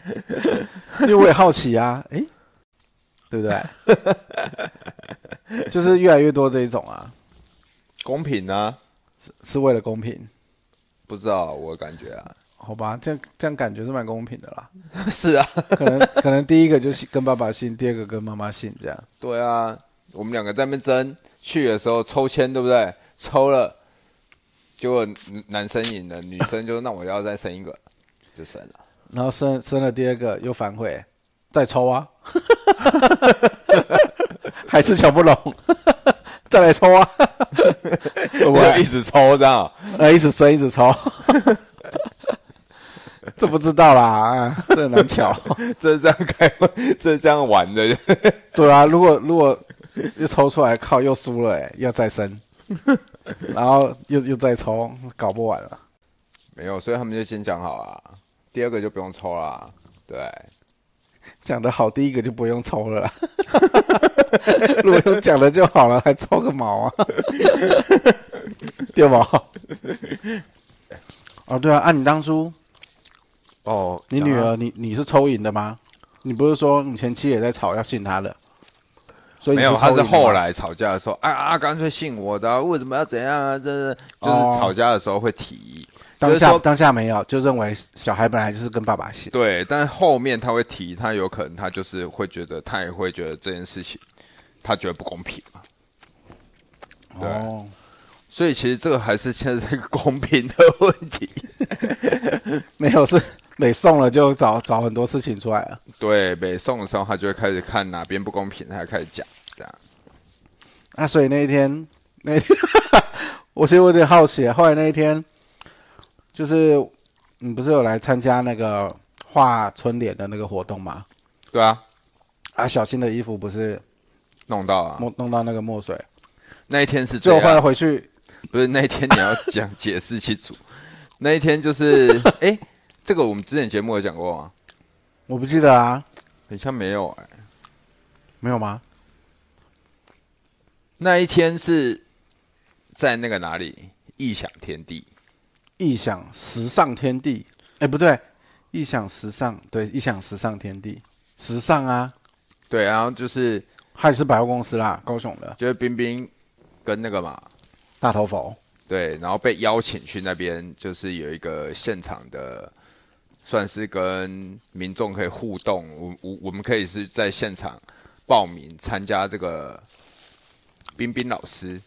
[SPEAKER 1] 因为我也好奇啊，诶，对不 对？就是越来越多这一种啊，
[SPEAKER 2] 公平啊？
[SPEAKER 1] 是为了公平，
[SPEAKER 2] 不知道，我感觉啊，
[SPEAKER 1] 好吧？这样这样感觉是蛮公平的啦。
[SPEAKER 2] 是啊，
[SPEAKER 1] 可能可能第一个就是跟爸爸姓，第二个跟妈妈姓这样。
[SPEAKER 2] 对啊，我们两个在那边争，去的时候抽签，对不对？抽了，结果嗯男生赢了，女生就说那我要再生一个，就生 了。
[SPEAKER 1] 然后生生了第二个又反悔，再抽啊， 还是小不拢，再来 抽啊，
[SPEAKER 2] 我 就一直抽这样，
[SPEAKER 1] 呃，一直生一直抽，这不知道啦，啊这很难巧。
[SPEAKER 2] 这是这样开，这是这样玩的，
[SPEAKER 1] 对啊，如果如果又抽出来，靠，又输了、欸，要再生，然后又又再抽，搞不完了。
[SPEAKER 2] 没有，所以他们就先讲好啊，第二个就不用抽啦。对，
[SPEAKER 1] 讲的好，第一个就不用抽了啦。 如果用讲的就好了，还抽个毛啊？ 对吧？哦，对啊，啊，你当初
[SPEAKER 2] 哦，
[SPEAKER 1] 你女儿，你你是抽赢的吗？你不是说你前妻也在吵要信她的，所以你
[SPEAKER 2] 没有，
[SPEAKER 1] 抽
[SPEAKER 2] 他
[SPEAKER 1] 赢
[SPEAKER 2] 是
[SPEAKER 1] 的吗
[SPEAKER 2] 后来吵架的时候，啊啊，干脆信我的啊、为什么要怎样啊？这是
[SPEAKER 1] 哦
[SPEAKER 2] 就是吵架的时候会提，就
[SPEAKER 1] 当
[SPEAKER 2] 是
[SPEAKER 1] 下
[SPEAKER 2] 说
[SPEAKER 1] 当下没有，就认为小孩本来就是跟爸爸姓。
[SPEAKER 2] 对，但后面他会提，他有可能他就是会觉得，他也会觉得这件事情，他觉得不公平嘛。对
[SPEAKER 1] 哦，
[SPEAKER 2] 所以其实这个还是现在这个公平的问题。
[SPEAKER 1] 没有是每送了就找找很多事情出来了。
[SPEAKER 2] 对，北宋的时候，他就会开始看哪边不公平，他就开始讲这样。
[SPEAKER 1] 那啊所以那一天，那一天 我其实我有点好奇，后来那一天，就是你不是有来参加那个画春联的那个活动吗？
[SPEAKER 2] 对啊，
[SPEAKER 1] 啊，小新的衣服不是
[SPEAKER 2] 弄到啊，
[SPEAKER 1] 弄弄到那个墨水，
[SPEAKER 2] 那一天是
[SPEAKER 1] 最
[SPEAKER 2] 这
[SPEAKER 1] 后后来
[SPEAKER 2] 样，啊
[SPEAKER 1] 回去，
[SPEAKER 2] 不是那一天你要讲解释清楚。那一天就是， 哎、这个我们之前节目有讲过吗？
[SPEAKER 1] 我不记得啊，
[SPEAKER 2] 好像没有哎、
[SPEAKER 1] 没有吗？
[SPEAKER 2] 那一天是在那个哪里？异想天地。
[SPEAKER 1] 异想时尚天地，哎，不对，异想时尚，对，异想时尚天地，时尚啊，
[SPEAKER 2] 对，然后就是
[SPEAKER 1] 还是百货公司啦，高雄的
[SPEAKER 2] 就是冰冰跟那个嘛，
[SPEAKER 1] 大头佛，
[SPEAKER 2] 对，然后被邀请去那边，就是有一个现场的，算是跟民众可以互动。我我我们可以是在现场报名参加这个冰冰老师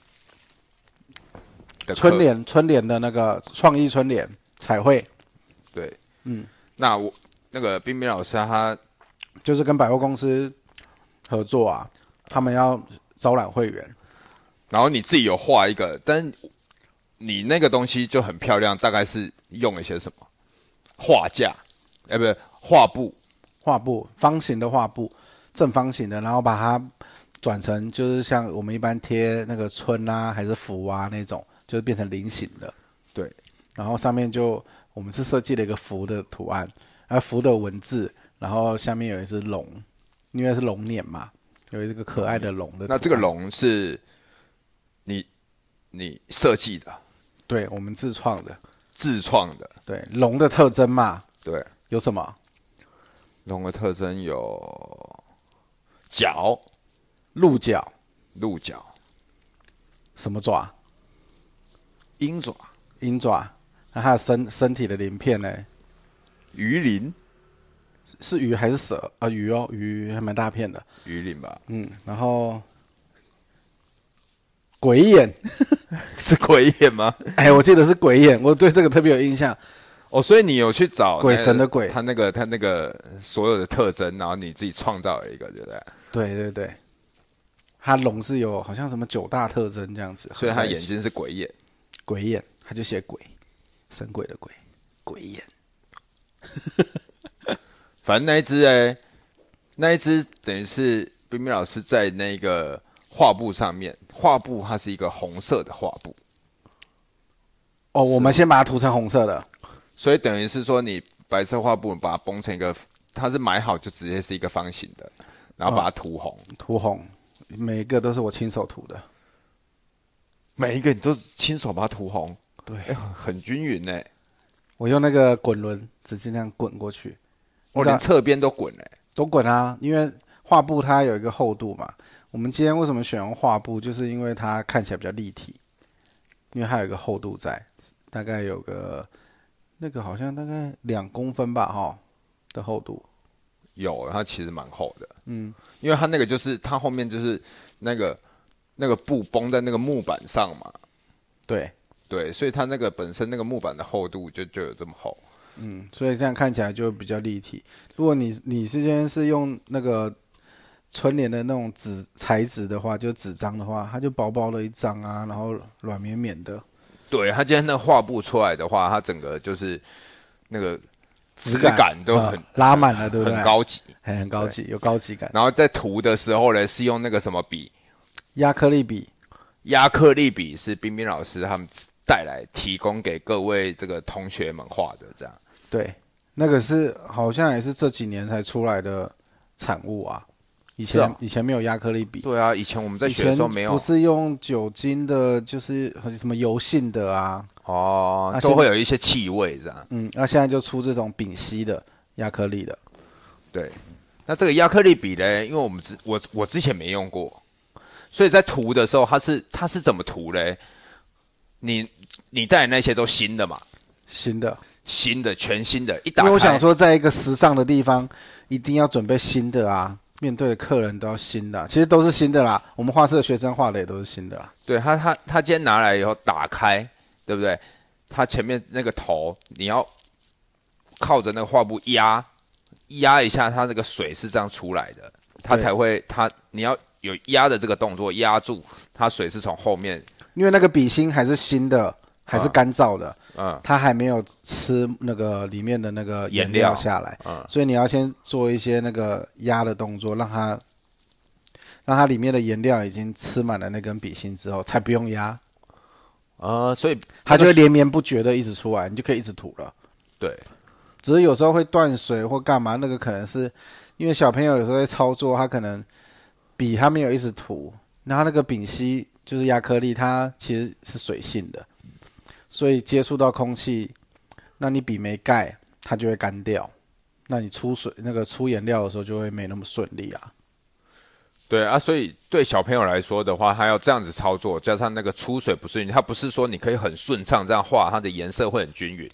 [SPEAKER 2] 的课
[SPEAKER 1] 春联春联的那个创意春联彩绘，
[SPEAKER 2] 对，
[SPEAKER 1] 嗯，
[SPEAKER 2] 那我那个冰冰老师他
[SPEAKER 1] 就是跟百货公司合作啊，他们要招揽会员，
[SPEAKER 2] 然后你自己有画一个，但你那个东西就很漂亮，大概是用了一些什么画架，哎、不是画布，
[SPEAKER 1] 画布方形的画布，正方形的，然后把它转成就是像我们一般贴那个春啊还是福啊那种，就是变成菱形的。
[SPEAKER 2] 对，
[SPEAKER 1] 然后上面就我们是设计了一个福的图案，啊福的文字，然后下面有一只龙，因为是龙年嘛，有一个可爱的龙的图案。
[SPEAKER 2] 嗯那这个龙是你你设计的、
[SPEAKER 1] 对我们自创的，
[SPEAKER 2] 自创的，
[SPEAKER 1] 对龙的特征嘛，
[SPEAKER 2] 对，
[SPEAKER 1] 有什么？
[SPEAKER 2] 龙的特征有角、
[SPEAKER 1] 鹿角、
[SPEAKER 2] 鹿角、
[SPEAKER 1] 什么爪、
[SPEAKER 2] 鹰爪、
[SPEAKER 1] 鹰爪，那它的身身体的鳞片呢？
[SPEAKER 2] 鱼鳞、
[SPEAKER 1] 是鱼还是蛇啊？鱼哦，鱼还蛮大片的。
[SPEAKER 2] 鱼鳞吧，
[SPEAKER 1] 嗯，然后鬼眼，
[SPEAKER 2] 是鬼眼吗？
[SPEAKER 1] 哎，我记得是鬼眼，我对这个特别有印象。
[SPEAKER 2] 哦，所以你有去找
[SPEAKER 1] 鬼
[SPEAKER 2] 那个
[SPEAKER 1] 神的鬼
[SPEAKER 2] 他那个他那个所有的特征，然后你自己创造了一个，对不对？
[SPEAKER 1] 对对对，它龙是有好像什么九大特征这样子，
[SPEAKER 2] 所以他
[SPEAKER 1] 合在一
[SPEAKER 2] 眼
[SPEAKER 1] 起
[SPEAKER 2] 睛是鬼眼，
[SPEAKER 1] 鬼眼，他就写鬼，神鬼的鬼，鬼眼。
[SPEAKER 2] 反正那一只哎、那一只等于是冰冰老师在那个画布上面，画布它是一个红色的画布，
[SPEAKER 1] 哦，我们先把它涂成红色的，
[SPEAKER 2] 所以等于是说你白色画布把它崩成一个，它是买好就直接是一个方形的，然后把它涂红，
[SPEAKER 1] 涂红，每一个都是我亲手涂的。
[SPEAKER 2] 每一个你都亲手把它涂红，
[SPEAKER 1] 对
[SPEAKER 2] 哎、很很均匀呢、
[SPEAKER 1] 我用那个滚轮直接那样滚过去，
[SPEAKER 2] 我、
[SPEAKER 1] 你知道
[SPEAKER 2] 连侧边都滚哎、
[SPEAKER 1] 都滚啊！因为画布它有一个厚度嘛。我们今天为什么选用画布，就是因为它看起来比较立体，因为它有一个厚度在，大概有个那个好像大概两公分吧，哈的厚度。
[SPEAKER 2] 有，它其实蛮厚的。嗯，因为它那个就是它后面就是那个那个布绷在那个木板上嘛，
[SPEAKER 1] 对，
[SPEAKER 2] 对，所以它那个本身那个木板的厚度就就有这么厚。
[SPEAKER 1] 嗯，所以这样看起来就比较立体。如果你你之前是用那个春联的那种纸材质的话，就纸张的话，它就薄薄的一张啊，然后软绵绵的，
[SPEAKER 2] 对，它今天那画布出来的话，它整个就是那个质感都很、
[SPEAKER 1] 啊拉满了，对不对？哎
[SPEAKER 2] 很，高级。
[SPEAKER 1] 很很高级，有高级感。
[SPEAKER 2] 然后在涂的时候呢，是用那个什么笔，
[SPEAKER 1] 亚克力笔，
[SPEAKER 2] 亚克力笔是冰冰老师他们带来提供给各位这个同学们画的，这样。
[SPEAKER 1] 对，那个是好像也是这几年才出来的产物啊。以前、
[SPEAKER 2] 是啊
[SPEAKER 1] 以前没有亚克力笔，
[SPEAKER 2] 对啊，以前我们在
[SPEAKER 1] 以
[SPEAKER 2] 学的
[SPEAKER 1] 前
[SPEAKER 2] 时候没有
[SPEAKER 1] 不是用酒精的，就是什么油性的啊，
[SPEAKER 2] 哦
[SPEAKER 1] 啊，
[SPEAKER 2] 都
[SPEAKER 1] 现
[SPEAKER 2] 会有一些气味这样。
[SPEAKER 1] 嗯，那现在就出这种丙烯的亚克力的。
[SPEAKER 2] 对，那这个亚克力笔嘞，因为我们之我我之前没用过，所以在涂的时候，它是它是怎么涂嘞？你你带的那些都新的嘛？
[SPEAKER 1] 新的，
[SPEAKER 2] 新的，全新的，一
[SPEAKER 1] 因
[SPEAKER 2] 打开，
[SPEAKER 1] 为我想说，在一个时尚的地方，一定要准备新的啊！面对的客人都要新的啊、其实都是新的啦。我们画室的学生画的也都是新的啦。啊
[SPEAKER 2] 对他他他今天拿来以后打开，对不对？他前面那个头，你要靠着那个画布压压一下，它那个水是这样出来的，它
[SPEAKER 1] 对
[SPEAKER 2] 才会它你要有压的这个动作，压住它水是从后面，
[SPEAKER 1] 因为那个笔芯还是新的，还是干燥的，
[SPEAKER 2] 嗯，
[SPEAKER 1] 它还没有吃那个里面的那个颜
[SPEAKER 2] 颜料
[SPEAKER 1] 料下来，所以你要先做一些那个压的动作，让它让它里面的颜料已经吃满了那根笔芯之后，才不用压，
[SPEAKER 2] 呃，所以
[SPEAKER 1] 哦它就会连绵不绝的一直出来，你就可以一直涂了。
[SPEAKER 2] 对。
[SPEAKER 1] 只是有时候会断水或干嘛，那个可能是因为小朋友有时候在操作，他可能笔他没有一直涂，然后那个丙烯就是亚克力，它其实是水性的，所以接触到空气，那你笔没盖，它就会干掉。那你出水那个出颜料的时候就会没那么顺利啊。
[SPEAKER 2] 对啊，所以对小朋友来说的话，他要这样子操作，加上那个出水不顺，他不是说你可以很顺畅这样画，它的颜色会很均匀。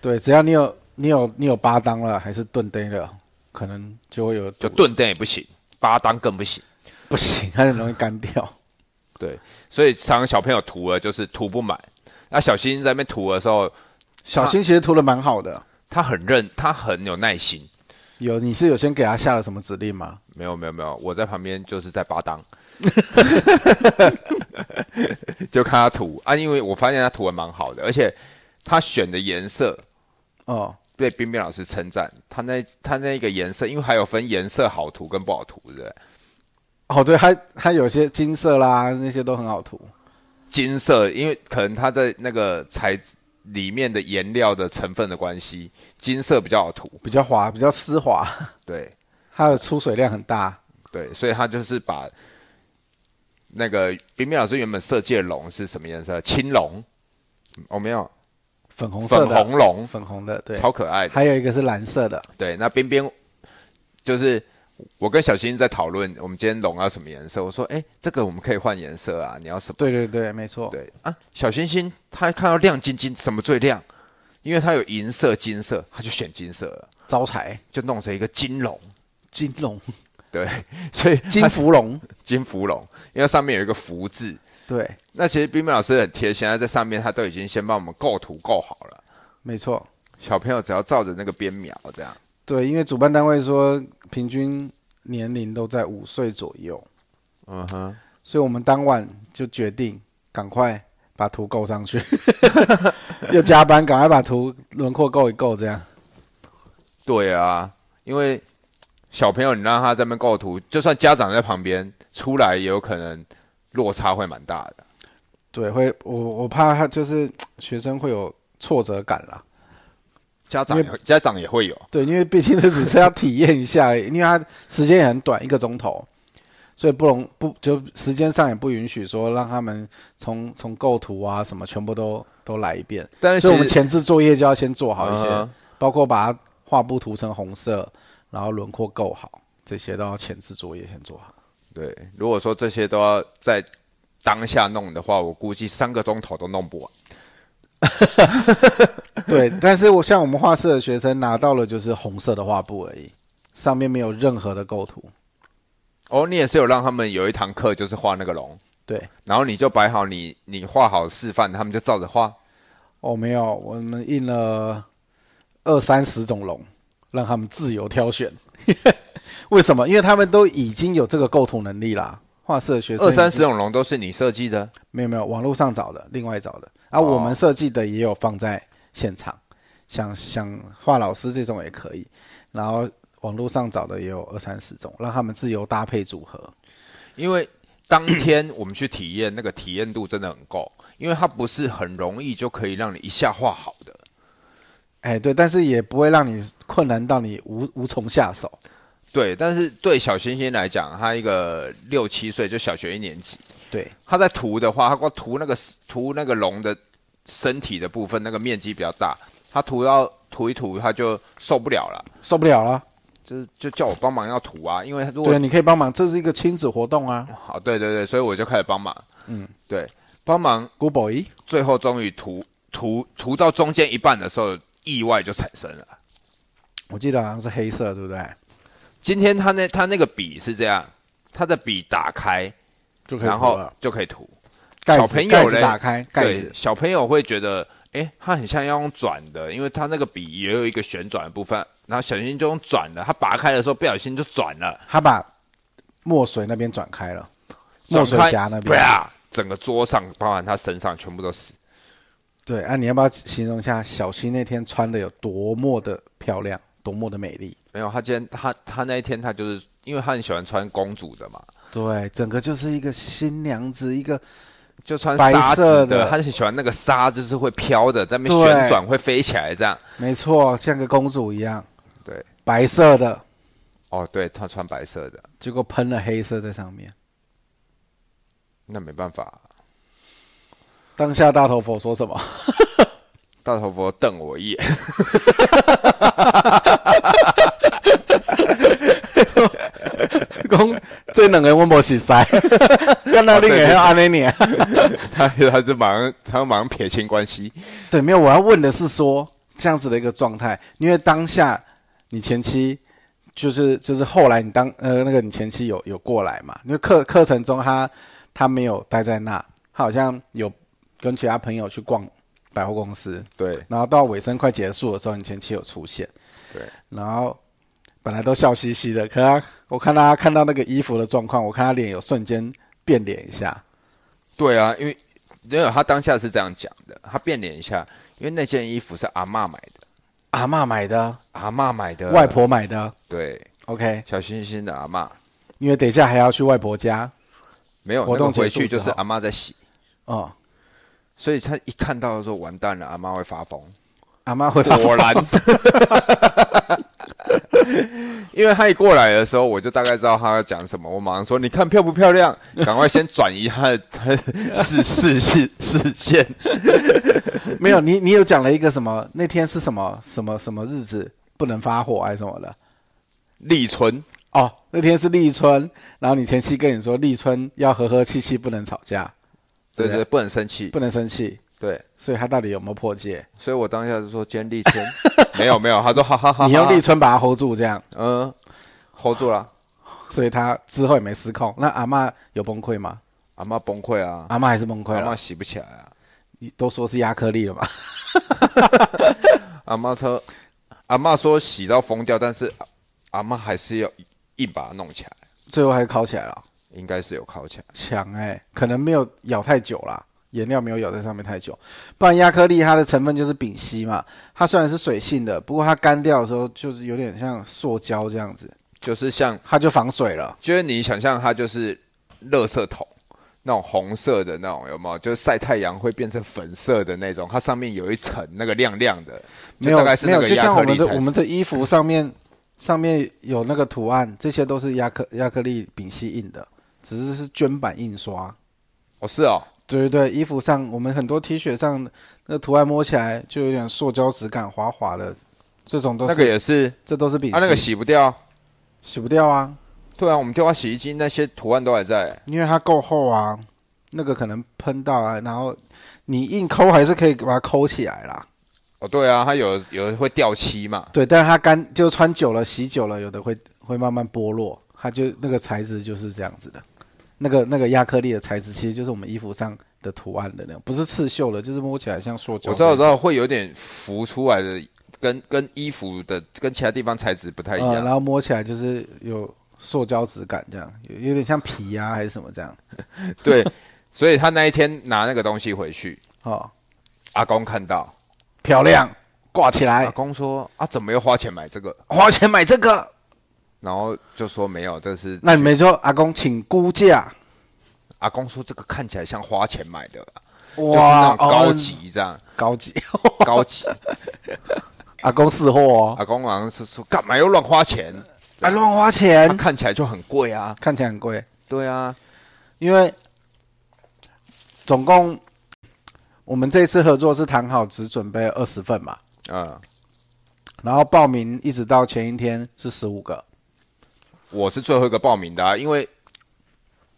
[SPEAKER 1] 对，只要你有你有你有巴当了还是钝呆了，可能就会有
[SPEAKER 2] 就钝灯也不行，八当更不行。
[SPEAKER 1] 不行，它很容易干掉。
[SPEAKER 2] 对，所以常常小朋友涂了就是涂不满。那小新在那边涂的时候，
[SPEAKER 1] 小新其实涂的蛮好的，
[SPEAKER 2] 他很认，他很有耐心。
[SPEAKER 1] 有你是有先给他下了什么指令吗？
[SPEAKER 2] 没有没有没有，我在旁边就是在拔档， 就看他涂啊，因为我发现他涂的蛮好的，而且他选的颜色
[SPEAKER 1] 哦，
[SPEAKER 2] 被冰冰老师称赞，他那他那个颜色，因为还有分颜色好涂跟不好涂，对不对？
[SPEAKER 1] 哦，对，它它有些金色啦，那些都很好涂。
[SPEAKER 2] 金色，因为可能它在那个材质里面的颜料的成分的关系，金色比较好涂，
[SPEAKER 1] 比较滑，比较丝滑，
[SPEAKER 2] 对
[SPEAKER 1] 它的出水量很大。
[SPEAKER 2] 对，所以他就是把那个冰冰老师原本设计的龙是什么颜色？青龙，哦没有，
[SPEAKER 1] 粉红色
[SPEAKER 2] 粉
[SPEAKER 1] 的，
[SPEAKER 2] 红龙，
[SPEAKER 1] 粉红的，对。
[SPEAKER 2] 超可爱的。
[SPEAKER 1] 还有一个是蓝色的，
[SPEAKER 2] 对，那边边就是我跟小新在讨论，我们今天龙要什么颜色？我说，哎，这个我们可以换颜色啊，你要什么？
[SPEAKER 1] 对对对，没错。
[SPEAKER 2] 对啊，小星星他看到亮晶晶，什么最亮？因为它有银色、金色，他就选金色了，
[SPEAKER 1] 招财
[SPEAKER 2] 就弄成一个金龙。
[SPEAKER 1] 金龙、
[SPEAKER 2] 对， 所以
[SPEAKER 1] 金芙蓉，
[SPEAKER 2] 金福龙，因为上面有一个福字。
[SPEAKER 1] 对，
[SPEAKER 2] 那其实冰冰老师很贴心，他在上面他都已经先帮我们构图构好了，
[SPEAKER 1] 没错，
[SPEAKER 2] 小朋友只要照着那个边描这样。
[SPEAKER 1] 对，因为主办单位说平均年龄都在五岁左右，
[SPEAKER 2] 嗯哼，
[SPEAKER 1] 所以我们当晚就决定赶快把图够上去， 又加班，赶快把图轮廓够一够，这样。
[SPEAKER 2] 对啊，因为小朋友你让他在那边构图，就算家长在旁边，出来也有可能落差会蛮大的。
[SPEAKER 1] 对，会我我怕他就是学生会有挫折感啦。
[SPEAKER 2] 家长
[SPEAKER 1] 因
[SPEAKER 2] 也
[SPEAKER 1] 为
[SPEAKER 2] 会家长也会有，
[SPEAKER 1] 对，因为毕竟这只是要体验一下而已，因为它时间也很短，一个钟头，所以不容不就时间上也不允许说让他们从从构图啊什么全部都都来一遍，
[SPEAKER 2] 但是
[SPEAKER 1] 所以我们
[SPEAKER 2] 其实
[SPEAKER 1] 前置作业就要先做好一些，
[SPEAKER 2] 嗯哼
[SPEAKER 1] 包括把它画布涂成红色，然后轮廓够好，这些都要前置作业先做好。
[SPEAKER 2] 对，如果说这些都要在当下弄的话，我估计三个钟头都弄不完。
[SPEAKER 1] 对，但是我像我们画室的学生拿到了就是红色的画布而已，上面没有任何的构图。
[SPEAKER 2] 哦，你也是有让他们有一堂课就是画那个龙，
[SPEAKER 1] 对，
[SPEAKER 2] 然后你就摆好你你画好示范，他们就照着画。
[SPEAKER 1] 哦，没有，我们印了二三十种龙，让他们自由挑选。 为什么？因为他们都已经有这个构图能力啦。画室的学生
[SPEAKER 2] 二三十种龙都是你设计的，
[SPEAKER 1] 没有没有，网络上找的，另外找的。啊，
[SPEAKER 2] 哦
[SPEAKER 1] 我们设计的也有放在现场，想想画老师这种也可以，然后网络上找的也有二三十种，让他们自由搭配组合。
[SPEAKER 2] 因为当天我们去体验，那个体验度真的很够，因为它不是很容易就可以让你一下画好的。
[SPEAKER 1] 哎，对，但是也不会让你困难到你无无从下手。
[SPEAKER 2] 对，但是对小星星来讲，他一个六七岁就小学一年级，
[SPEAKER 1] 对，
[SPEAKER 2] 他在涂的话，他光涂那个涂那个龙的身体的部分，那个面积比较大，他涂到涂一涂他就受不了了，
[SPEAKER 1] 受不了了。
[SPEAKER 2] 就是就叫我帮忙要涂啊，因为他如果
[SPEAKER 1] 对，你可以帮忙，这是一个亲子活动啊。
[SPEAKER 2] 好，对对对，所以我就开始帮忙，嗯，对，帮忙，
[SPEAKER 1] Good boy。
[SPEAKER 2] 最后终于涂涂涂到中间一半的时候，意外就产生了。
[SPEAKER 1] 我记得好像是黑色，对不对？
[SPEAKER 2] 今天他那他那个笔是这样，他的笔打开，
[SPEAKER 1] 就可以
[SPEAKER 2] 然
[SPEAKER 1] 涂
[SPEAKER 2] 后
[SPEAKER 1] 了。
[SPEAKER 2] 就可以涂。
[SPEAKER 1] 盖
[SPEAKER 2] 小
[SPEAKER 1] 子
[SPEAKER 2] 朋友
[SPEAKER 1] 盖子
[SPEAKER 2] 嘞
[SPEAKER 1] 打开盖
[SPEAKER 2] 对
[SPEAKER 1] 子，，
[SPEAKER 2] 小朋友会觉得，诶，他很像要用转的，因为他那个笔也有一个旋转的部分，然后小心就用转的，他拔开的时候不小心就转了，
[SPEAKER 1] 他把墨水那边转开了，墨
[SPEAKER 2] 转
[SPEAKER 1] 水
[SPEAKER 2] 开
[SPEAKER 1] 夹那边。
[SPEAKER 2] 啪，整个桌上包含他身上全部都是。
[SPEAKER 1] 对，啊，你要不要形容一下小新那天穿的有多么的漂亮，多么的美丽？
[SPEAKER 2] 没有，他今天他他那一天他就是因为他很喜欢穿公主的嘛，
[SPEAKER 1] 对，整个就是一个新娘子，一个
[SPEAKER 2] 就穿
[SPEAKER 1] 白
[SPEAKER 2] 纱
[SPEAKER 1] 色
[SPEAKER 2] 质
[SPEAKER 1] 的
[SPEAKER 2] 的，他很喜欢那个纱，就是会飘的，在那边
[SPEAKER 1] 对
[SPEAKER 2] 旋转会飞起来这样。
[SPEAKER 1] 没错，像个公主一样，
[SPEAKER 2] 对，
[SPEAKER 1] 白色的，
[SPEAKER 2] 哦，对他穿白色的，
[SPEAKER 1] 结果喷了黑色在上面。
[SPEAKER 2] 那没办法。
[SPEAKER 1] 当下大头佛说什么？
[SPEAKER 2] 大头佛瞪我一眼，
[SPEAKER 1] 讲这两个我没 哦洗塞，看到你也要安慰你。啊
[SPEAKER 2] 他他就马上他马上撇清关系。
[SPEAKER 1] 对，没有，我要问的是说这样子的一个状态，因为当下你前期就是就是后来你当呃那个你前期有有过来嘛，因为课课程中他他没有待在那，他好像有跟其他朋友去逛百货公司，
[SPEAKER 2] 对
[SPEAKER 1] 然后到尾声快结束的时候，你前期有出现，
[SPEAKER 2] 对，
[SPEAKER 1] 然后本来都笑嘻嘻的，可他我看他看到那个衣服的状况，我看他脸有瞬间变脸一下。
[SPEAKER 2] 对啊，因为因为他当下是这样讲的，他变脸一下，因为那件衣服是阿嬷买的，
[SPEAKER 1] 阿嬷买的，
[SPEAKER 2] 阿嬷买的，
[SPEAKER 1] 外婆买的
[SPEAKER 2] 对，
[SPEAKER 1] ，OK，
[SPEAKER 2] 小星星的阿嬷
[SPEAKER 1] 因为等一下还要去外婆家，
[SPEAKER 2] 没有
[SPEAKER 1] 活动
[SPEAKER 2] 那个回
[SPEAKER 1] 结束
[SPEAKER 2] 去就
[SPEAKER 1] 之
[SPEAKER 2] 是
[SPEAKER 1] 后
[SPEAKER 2] 阿嬷在洗，
[SPEAKER 1] 哦，
[SPEAKER 2] 所以他一看到说完蛋了，阿嬷会发疯，
[SPEAKER 1] 阿嬷会发
[SPEAKER 2] 果然， 因为他一过来的时候，我就大概知道他要讲什么，我马上说你看漂不漂亮，赶快先转移他的他的视视线视线，
[SPEAKER 1] 没有你，你有讲了一个什么？那天是什么什么什么日子不能发火还是什么的？
[SPEAKER 2] 立春。
[SPEAKER 1] 哦，那天是立春，然后你前妻跟你说立春要和和气气，不能吵架，
[SPEAKER 2] 对
[SPEAKER 1] 对
[SPEAKER 2] 对，不能生气。
[SPEAKER 1] 不能生气，
[SPEAKER 2] 对，
[SPEAKER 1] 所以他到底有没有破戒？
[SPEAKER 2] 所以我当下就说今天立春，没有没有，他说哈哈哈哈，
[SPEAKER 1] 你用立春把他 hold 住，这样，
[SPEAKER 2] 嗯 hold 住了，
[SPEAKER 1] 所以他之后也没失控。那阿嬷有崩溃吗？
[SPEAKER 2] 阿妈崩溃啊，
[SPEAKER 1] 阿嬷还是崩溃
[SPEAKER 2] 阿妈
[SPEAKER 1] 了，
[SPEAKER 2] 洗不起来啊，
[SPEAKER 1] 你都说是亚克力了嘛？
[SPEAKER 2] 阿妈说阿妈说洗到疯掉，但是阿阿妈还是要硬把它弄起来，
[SPEAKER 1] 最后还烤起来了，
[SPEAKER 2] 应该是有靠起来。
[SPEAKER 1] 强哎、可能没有咬太久啦，颜料没有咬在上面太久，不然亚克力它的成分就是丙烯嘛，它虽然是水性的，不过它干掉的时候就是有点像塑胶这样子，
[SPEAKER 2] 就是像
[SPEAKER 1] 它就防水了。
[SPEAKER 2] 就是你想象它就是垃圾桶。那种红色的那种有没有？就是晒太阳会变成粉色的那种，它上面有一层那个亮亮的，就
[SPEAKER 1] 没有
[SPEAKER 2] 大概是
[SPEAKER 1] 没
[SPEAKER 2] 那
[SPEAKER 1] 有，
[SPEAKER 2] 个
[SPEAKER 1] 就
[SPEAKER 2] 亚
[SPEAKER 1] 像
[SPEAKER 2] 克
[SPEAKER 1] 我
[SPEAKER 2] 力
[SPEAKER 1] 们的
[SPEAKER 2] 材
[SPEAKER 1] 我们
[SPEAKER 2] 质
[SPEAKER 1] 的衣服上面上面有那个图案，这些都是亚克亚克力丙烯印的，只是是绢版印刷。
[SPEAKER 2] 哦是哦，
[SPEAKER 1] 对对对，衣服上我们很多 T 恤上那图案摸起来就有点塑胶质感，滑滑的，这种都
[SPEAKER 2] 那
[SPEAKER 1] 是、
[SPEAKER 2] 个也是，
[SPEAKER 1] 这都是丙烯，
[SPEAKER 2] 它、那个洗不掉，
[SPEAKER 1] 洗不掉啊。
[SPEAKER 2] 对啊，我们丢到洗衣机，那些图案都还在。
[SPEAKER 1] 因为它够厚啊，那个可能喷到啊，然后你硬抠还是可以把它抠起来啦。
[SPEAKER 2] 哦，对啊，它有有的会掉漆嘛，
[SPEAKER 1] 对，但是它干就穿久了、洗久了，有的会会慢慢剥落，它就那个材质就是这样子的。那个那个亚克力的材质其实就是我们衣服上的图案的那种，不是刺绣的，就是摸起来像塑胶。
[SPEAKER 2] 我知道，我知道会有点浮出来的，跟跟衣服的跟其他地方材质不太一
[SPEAKER 1] 呃，
[SPEAKER 2] 样。
[SPEAKER 1] 然后摸起来就是有塑胶质感，这样有有点像皮啊还是什么这样。
[SPEAKER 2] 对， 所以他那一天拿那个东西回去，
[SPEAKER 1] 哦，
[SPEAKER 2] 阿公看到，
[SPEAKER 1] 漂亮，挂起
[SPEAKER 2] 阿
[SPEAKER 1] 来，
[SPEAKER 2] 公说啊，怎么又花钱买这个？
[SPEAKER 1] 花钱买这个。
[SPEAKER 2] 然后就说没有，这是
[SPEAKER 1] 那你没说，阿公请估价。
[SPEAKER 2] 阿公说这个看起来像花钱买的啦，
[SPEAKER 1] 哇，
[SPEAKER 2] 就是那种高
[SPEAKER 1] 哦
[SPEAKER 2] 级这样，
[SPEAKER 1] 高 级，
[SPEAKER 2] 高级。
[SPEAKER 1] 阿公识货哦，
[SPEAKER 2] 阿公好像是说干嘛又乱花钱？
[SPEAKER 1] 啊，乱花
[SPEAKER 2] 他
[SPEAKER 1] 钱，
[SPEAKER 2] 看起来就很贵啊。
[SPEAKER 1] 看起来很贵，
[SPEAKER 2] 对啊，
[SPEAKER 1] 因为总共我们这次合作是谈好只准备二十份嘛，
[SPEAKER 2] 嗯。
[SPEAKER 1] 然后报名一直到前一天是十五个，
[SPEAKER 2] 我是最后一个报名的、啊，因为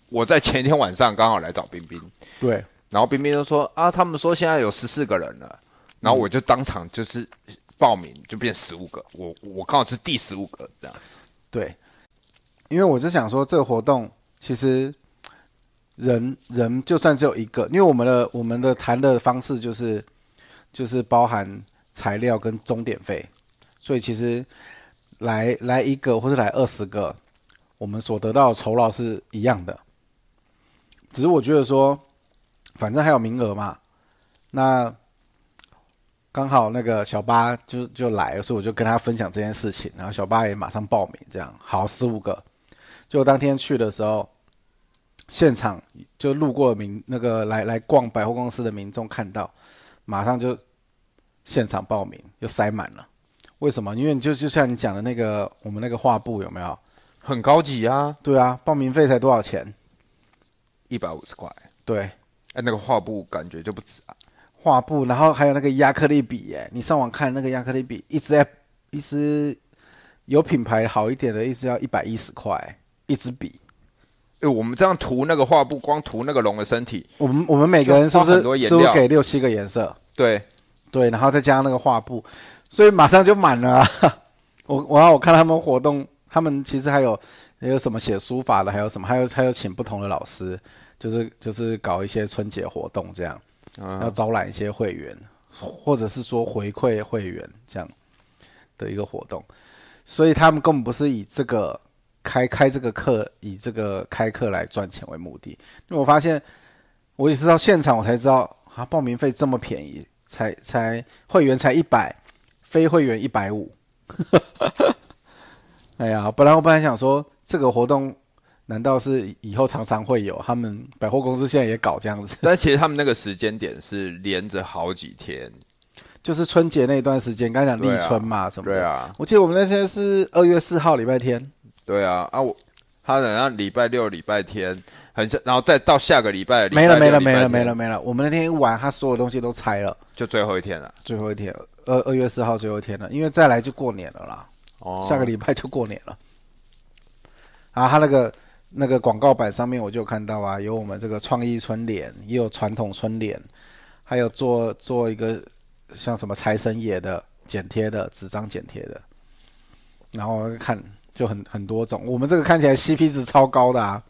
[SPEAKER 2] 我在前一天晚上刚好来找冰冰，
[SPEAKER 1] 对，
[SPEAKER 2] 然后冰冰就说啊，他们说现在有十四个人了，然后我就当场就是报名就变十五个，我我刚好是第十五个这样。
[SPEAKER 1] 对，因为我就想说，这个活动其实人人就算只有一个，因为我们的我们的谈的方式就是就是包含材料跟钟点费，所以其实来来一个或者来二十个，我们所得到的酬劳是一样的。只是我觉得说，反正还有名额嘛，那刚好那个小八就就来，所以我就跟他分享这件事情，然后小八也马上报名，这样好十五个。就当天去的时候，现场就路过的民那个来来逛百货公司的民众看到，马上就现场报名，就塞满了。为什么？因为你就就像你讲的那个我们那个画布有没有？
[SPEAKER 2] 很高级啊，
[SPEAKER 1] 对啊，报名费才多少钱？
[SPEAKER 2] 一百五十块，
[SPEAKER 1] 对，
[SPEAKER 2] 哎，那个画布感觉就不止啊。
[SPEAKER 1] 画布，然后还有那个亚克力笔，耶，你上网看那个亚克力笔，一直在一支有品牌好一点的，一支要一百一十块一支笔。
[SPEAKER 2] 哎，我们这样涂那个画布，光涂那个龙的身体，
[SPEAKER 1] 我们我们每个人是不
[SPEAKER 2] 就花
[SPEAKER 1] 是
[SPEAKER 2] 很多颜
[SPEAKER 1] 是不是
[SPEAKER 2] 料
[SPEAKER 1] 给六七个颜色？
[SPEAKER 2] 对，
[SPEAKER 1] 对，然后再加上那个画布，所以马上就满了、啊。 我我要我看他们活动，他们其实还有还有什么写书法的，还有什么，还有还有请不同的老师，就是就是搞一些春节活动这样，要招揽一些会员，或者是说回馈会员这样的一个活动。所以他们根本不是以这个开开这个课，以这个开课来赚钱为目的。因为我发现，我也是到现场我才知道，啊，报名费这么便宜，才才会员才一百，非会员一百五。 哎呀，本来我本来想说这个活动。难道是以后常常会有？他们百货公司现在也搞这样子，
[SPEAKER 2] 但其实他们那个时间点是连着好几天，
[SPEAKER 1] 就是春节那段时间，刚才讲立春嘛，什么的
[SPEAKER 2] 对啊，
[SPEAKER 1] 我记得我们那天是二月四号礼拜天，
[SPEAKER 2] 对啊，啊我他等下礼拜六、礼拜天，很像，然后再到下个礼拜，
[SPEAKER 1] 没了
[SPEAKER 2] 礼拜
[SPEAKER 1] 没
[SPEAKER 2] 六
[SPEAKER 1] 了没了没，
[SPEAKER 2] 礼拜
[SPEAKER 1] 了
[SPEAKER 2] 天
[SPEAKER 1] 没了。我们那天一玩，他所有东西都拆了，
[SPEAKER 2] 就最后一天了。
[SPEAKER 1] 最后一天，二二月四号最后一天了，因为再来就过年了啦，
[SPEAKER 2] 哦
[SPEAKER 1] 下个礼拜就过年了。啊，他那个那个广告板上面我就有看到啊，有我们这个创意春联，也有传统春联，还有做做一个像什么财神爷的剪贴的纸张剪贴的，然后看就很很多种。我们这个看起来 CP 值超高的啊，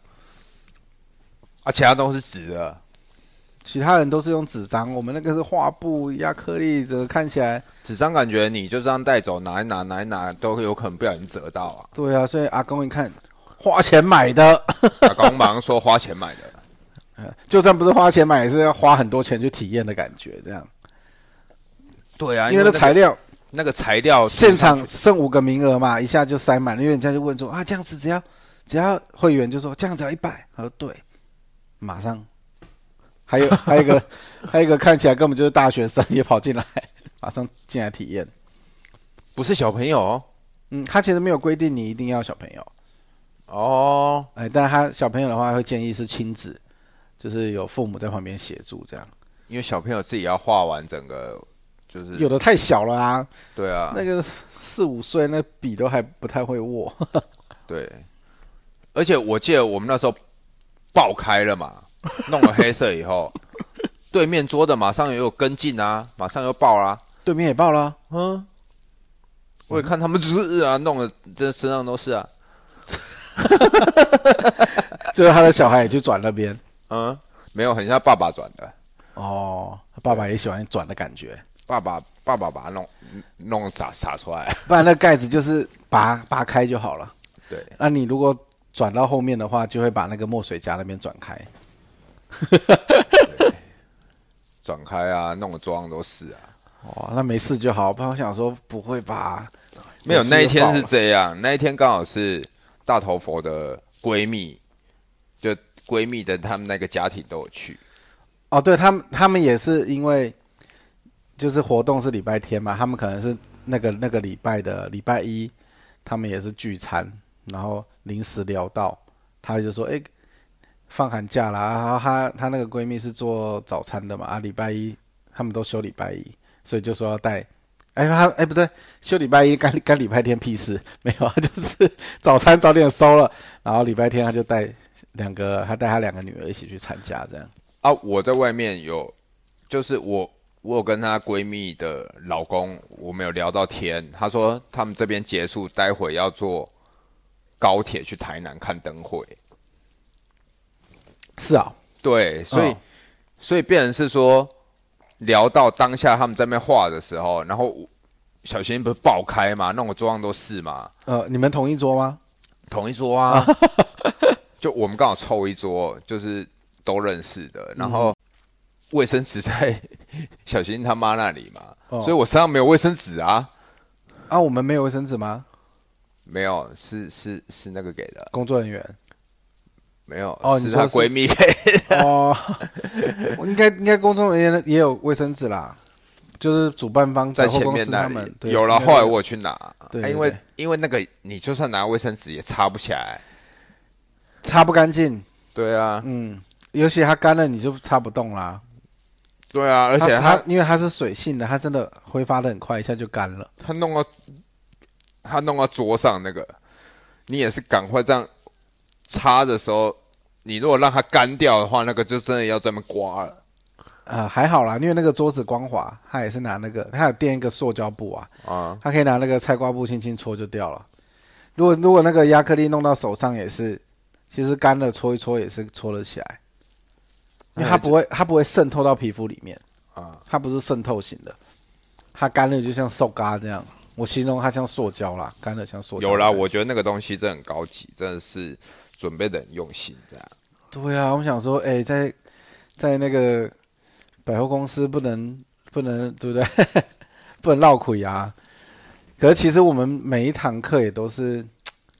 [SPEAKER 2] 啊，其他都是纸的，
[SPEAKER 1] 其他人都是用纸张，我们那个是画布、亚克力，这个看起来
[SPEAKER 2] 纸张感觉你就这样带走，拿一拿拿一拿，都有可能不小心折到 啊。
[SPEAKER 1] 对啊。所以阿公一看，花钱买的，
[SPEAKER 2] 打工忙说花钱买的，
[SPEAKER 1] 就算不是花钱买，也是要花很多钱去体验的感觉，这样。
[SPEAKER 2] 对啊，
[SPEAKER 1] 因
[SPEAKER 2] 因
[SPEAKER 1] 为那哦
[SPEAKER 2] 为那材
[SPEAKER 1] 材料
[SPEAKER 2] 那个材料
[SPEAKER 1] 现场剩五个名额嘛，一下就塞满了，因为人家就问说啊，这样子只要只要会员就说这样只要一百，他说对，马上。还有 还有一个还有一个看起来根本就是大学生也跑进来， 马上进来体验。
[SPEAKER 2] 不是小朋友哦
[SPEAKER 1] 嗯，他其实没有规定你一定要小朋友。
[SPEAKER 2] 哦，
[SPEAKER 1] 哎，但他小朋友的话会建议是亲子，就是有父母在旁边协助这样。
[SPEAKER 2] 因为小朋友自己要画完整个，就是
[SPEAKER 1] 有的太小了啊，
[SPEAKER 2] 对啊，
[SPEAKER 1] 那个四五岁那笔都还不太会握。
[SPEAKER 2] 对，而且我记得我们那时候爆开了嘛，弄了黑色以 后，对面桌的马上也有跟进啊，马上又爆啦、
[SPEAKER 1] 对面也爆了啊，
[SPEAKER 2] 嗯，我也看他们 日啊，弄的这身上都是啊，
[SPEAKER 1] 就是他的小孩也去转那边。
[SPEAKER 2] 嗯，没有很像爸爸转的，
[SPEAKER 1] 哦，爸爸也喜欢转的感觉，
[SPEAKER 2] 爸爸爸爸把它弄弄洒洒出来，
[SPEAKER 1] 不然那盖子就是拔拔开就好了。
[SPEAKER 2] 对，
[SPEAKER 1] 那你如果转到后面的话，就会把那个墨水夹那边转开。
[SPEAKER 2] 转开啊，弄得桌上都是啊。
[SPEAKER 1] 哦，那没事就好。不然我想说不会吧？
[SPEAKER 2] 没有，啊
[SPEAKER 1] 事
[SPEAKER 2] 那一
[SPEAKER 1] 就
[SPEAKER 2] 天
[SPEAKER 1] 爆
[SPEAKER 2] 是
[SPEAKER 1] 了
[SPEAKER 2] 这样，那一天刚好是大头佛的闺蜜，就闺蜜的他们那个家庭都有去，
[SPEAKER 1] 哦，对他们，他们也是因为就是活动是礼拜天嘛，他们可能是那个那个礼拜的礼拜一，他们也是聚餐，然后临时聊到，他就说：“哎、放寒假啦。”然后她她那个闺蜜是做早餐的嘛，啊，礼拜一他们都休礼拜一，所以就说要带。哎，他哎不对，休礼拜一干干礼拜天屁事没有啊， 就是早餐早点收了，然后礼拜天他就带两个，他带他两个女儿一起去参加这样。
[SPEAKER 2] 啊，我在外面有，就是我我有跟她闺蜜的老公，我们有聊到天，她说他们这边结束，待会要坐高铁去台南看灯会，
[SPEAKER 1] 是啊、
[SPEAKER 2] 对，所以、
[SPEAKER 1] 哦
[SPEAKER 2] 所以变成是说聊到当下他们在那边画的时候，然后我小新不是爆开嘛，弄得桌上都是嘛，
[SPEAKER 1] 呃，你们同一桌吗？
[SPEAKER 2] 同一 桌啊，就我们刚好凑一桌，就是都认识的，然
[SPEAKER 1] 嗯
[SPEAKER 2] 后卫生纸在小新他妈那里嘛，
[SPEAKER 1] 哦
[SPEAKER 2] 所以我身上没有卫生纸啊，
[SPEAKER 1] 啊，我们没有卫生纸吗？
[SPEAKER 2] 没有，是是是那个给的，
[SPEAKER 1] 工作人 员
[SPEAKER 2] 没有，
[SPEAKER 1] 哦你
[SPEAKER 2] 是
[SPEAKER 1] 说
[SPEAKER 2] 她
[SPEAKER 1] 是
[SPEAKER 2] 闺蜜给的，
[SPEAKER 1] 哦，我应该应该工作人员也有卫生纸啦，就是主办方
[SPEAKER 2] 在
[SPEAKER 1] 百货
[SPEAKER 2] 前
[SPEAKER 1] 公
[SPEAKER 2] 面
[SPEAKER 1] 司
[SPEAKER 2] 那
[SPEAKER 1] 他们
[SPEAKER 2] 里
[SPEAKER 1] 对
[SPEAKER 2] 有
[SPEAKER 1] 应
[SPEAKER 2] 了，
[SPEAKER 1] 该
[SPEAKER 2] 后来我有去拿，
[SPEAKER 1] 对
[SPEAKER 2] 啊
[SPEAKER 1] 对
[SPEAKER 2] 因为
[SPEAKER 1] 对
[SPEAKER 2] 因为那个你就算拿卫生纸也擦不起来，
[SPEAKER 1] 擦不干净，
[SPEAKER 2] 对啊，
[SPEAKER 1] 嗯，尤其它干了你就擦不动啦，
[SPEAKER 2] 对啊，而且
[SPEAKER 1] 它
[SPEAKER 2] 他
[SPEAKER 1] 它因为它是水性的，它真的挥发的很快，一下就干了。
[SPEAKER 2] 他弄到他弄到桌上那个，你也是赶快这样擦的时候，你如果让它干掉的话，那个就真的要这么刮了。
[SPEAKER 1] 呃，还好啦，因为那个桌子光滑，它也是拿那个，它有垫一个塑胶布啊，
[SPEAKER 2] 啊，
[SPEAKER 1] 它可以拿那个菜瓜布轻轻搓就掉了。如果如果那个亚克力弄到手上也是，其实干了搓一搓也是搓得起来，因为它不会它不会渗透到皮肤里面
[SPEAKER 2] 啊，
[SPEAKER 1] 它不是渗透型的，它干了就像瘦嘎这样，我形容它像塑胶啦，干的像塑胶。
[SPEAKER 2] 有啦，我觉得那个东西真的很高级，真的是准备的很用心这样。
[SPEAKER 1] 对啊，我想说，哎、在在那个百货公司不能不能对不对？ 不能绕腿啊！可是其实我们每一堂课也都是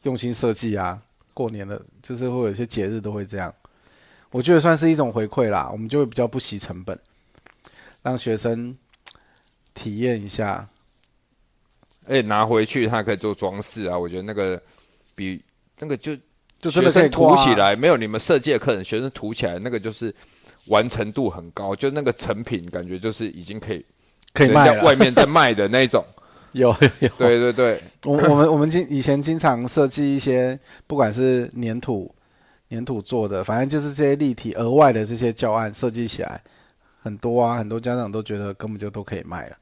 [SPEAKER 1] 用心设计啊，过年的就是会有一些节日都会这样，我觉得算是一种回馈啦，我们就会比较不惜成本，让学生体验一下。
[SPEAKER 2] 而且哎拿回去它可以做装饰啊，我觉得那个比那个就
[SPEAKER 1] 就真
[SPEAKER 2] 学
[SPEAKER 1] 的可以
[SPEAKER 2] 生涂
[SPEAKER 1] 挂啊
[SPEAKER 2] 起来，没有你们设计的客人，学生涂起来那个就是完成度很高，就那个成品感觉就是已经可以
[SPEAKER 1] 可以
[SPEAKER 2] 人
[SPEAKER 1] 卖
[SPEAKER 2] 家
[SPEAKER 1] 了，
[SPEAKER 2] 外面在卖的那 一种。
[SPEAKER 1] 有有有，
[SPEAKER 2] 对对对，
[SPEAKER 1] 我我们我们经以前经常设计一些，不管是粘土、粘土做的，反正就是这些立体额外的这些教案设计起来，很多啊，很多家长都觉得根本就都可以卖了。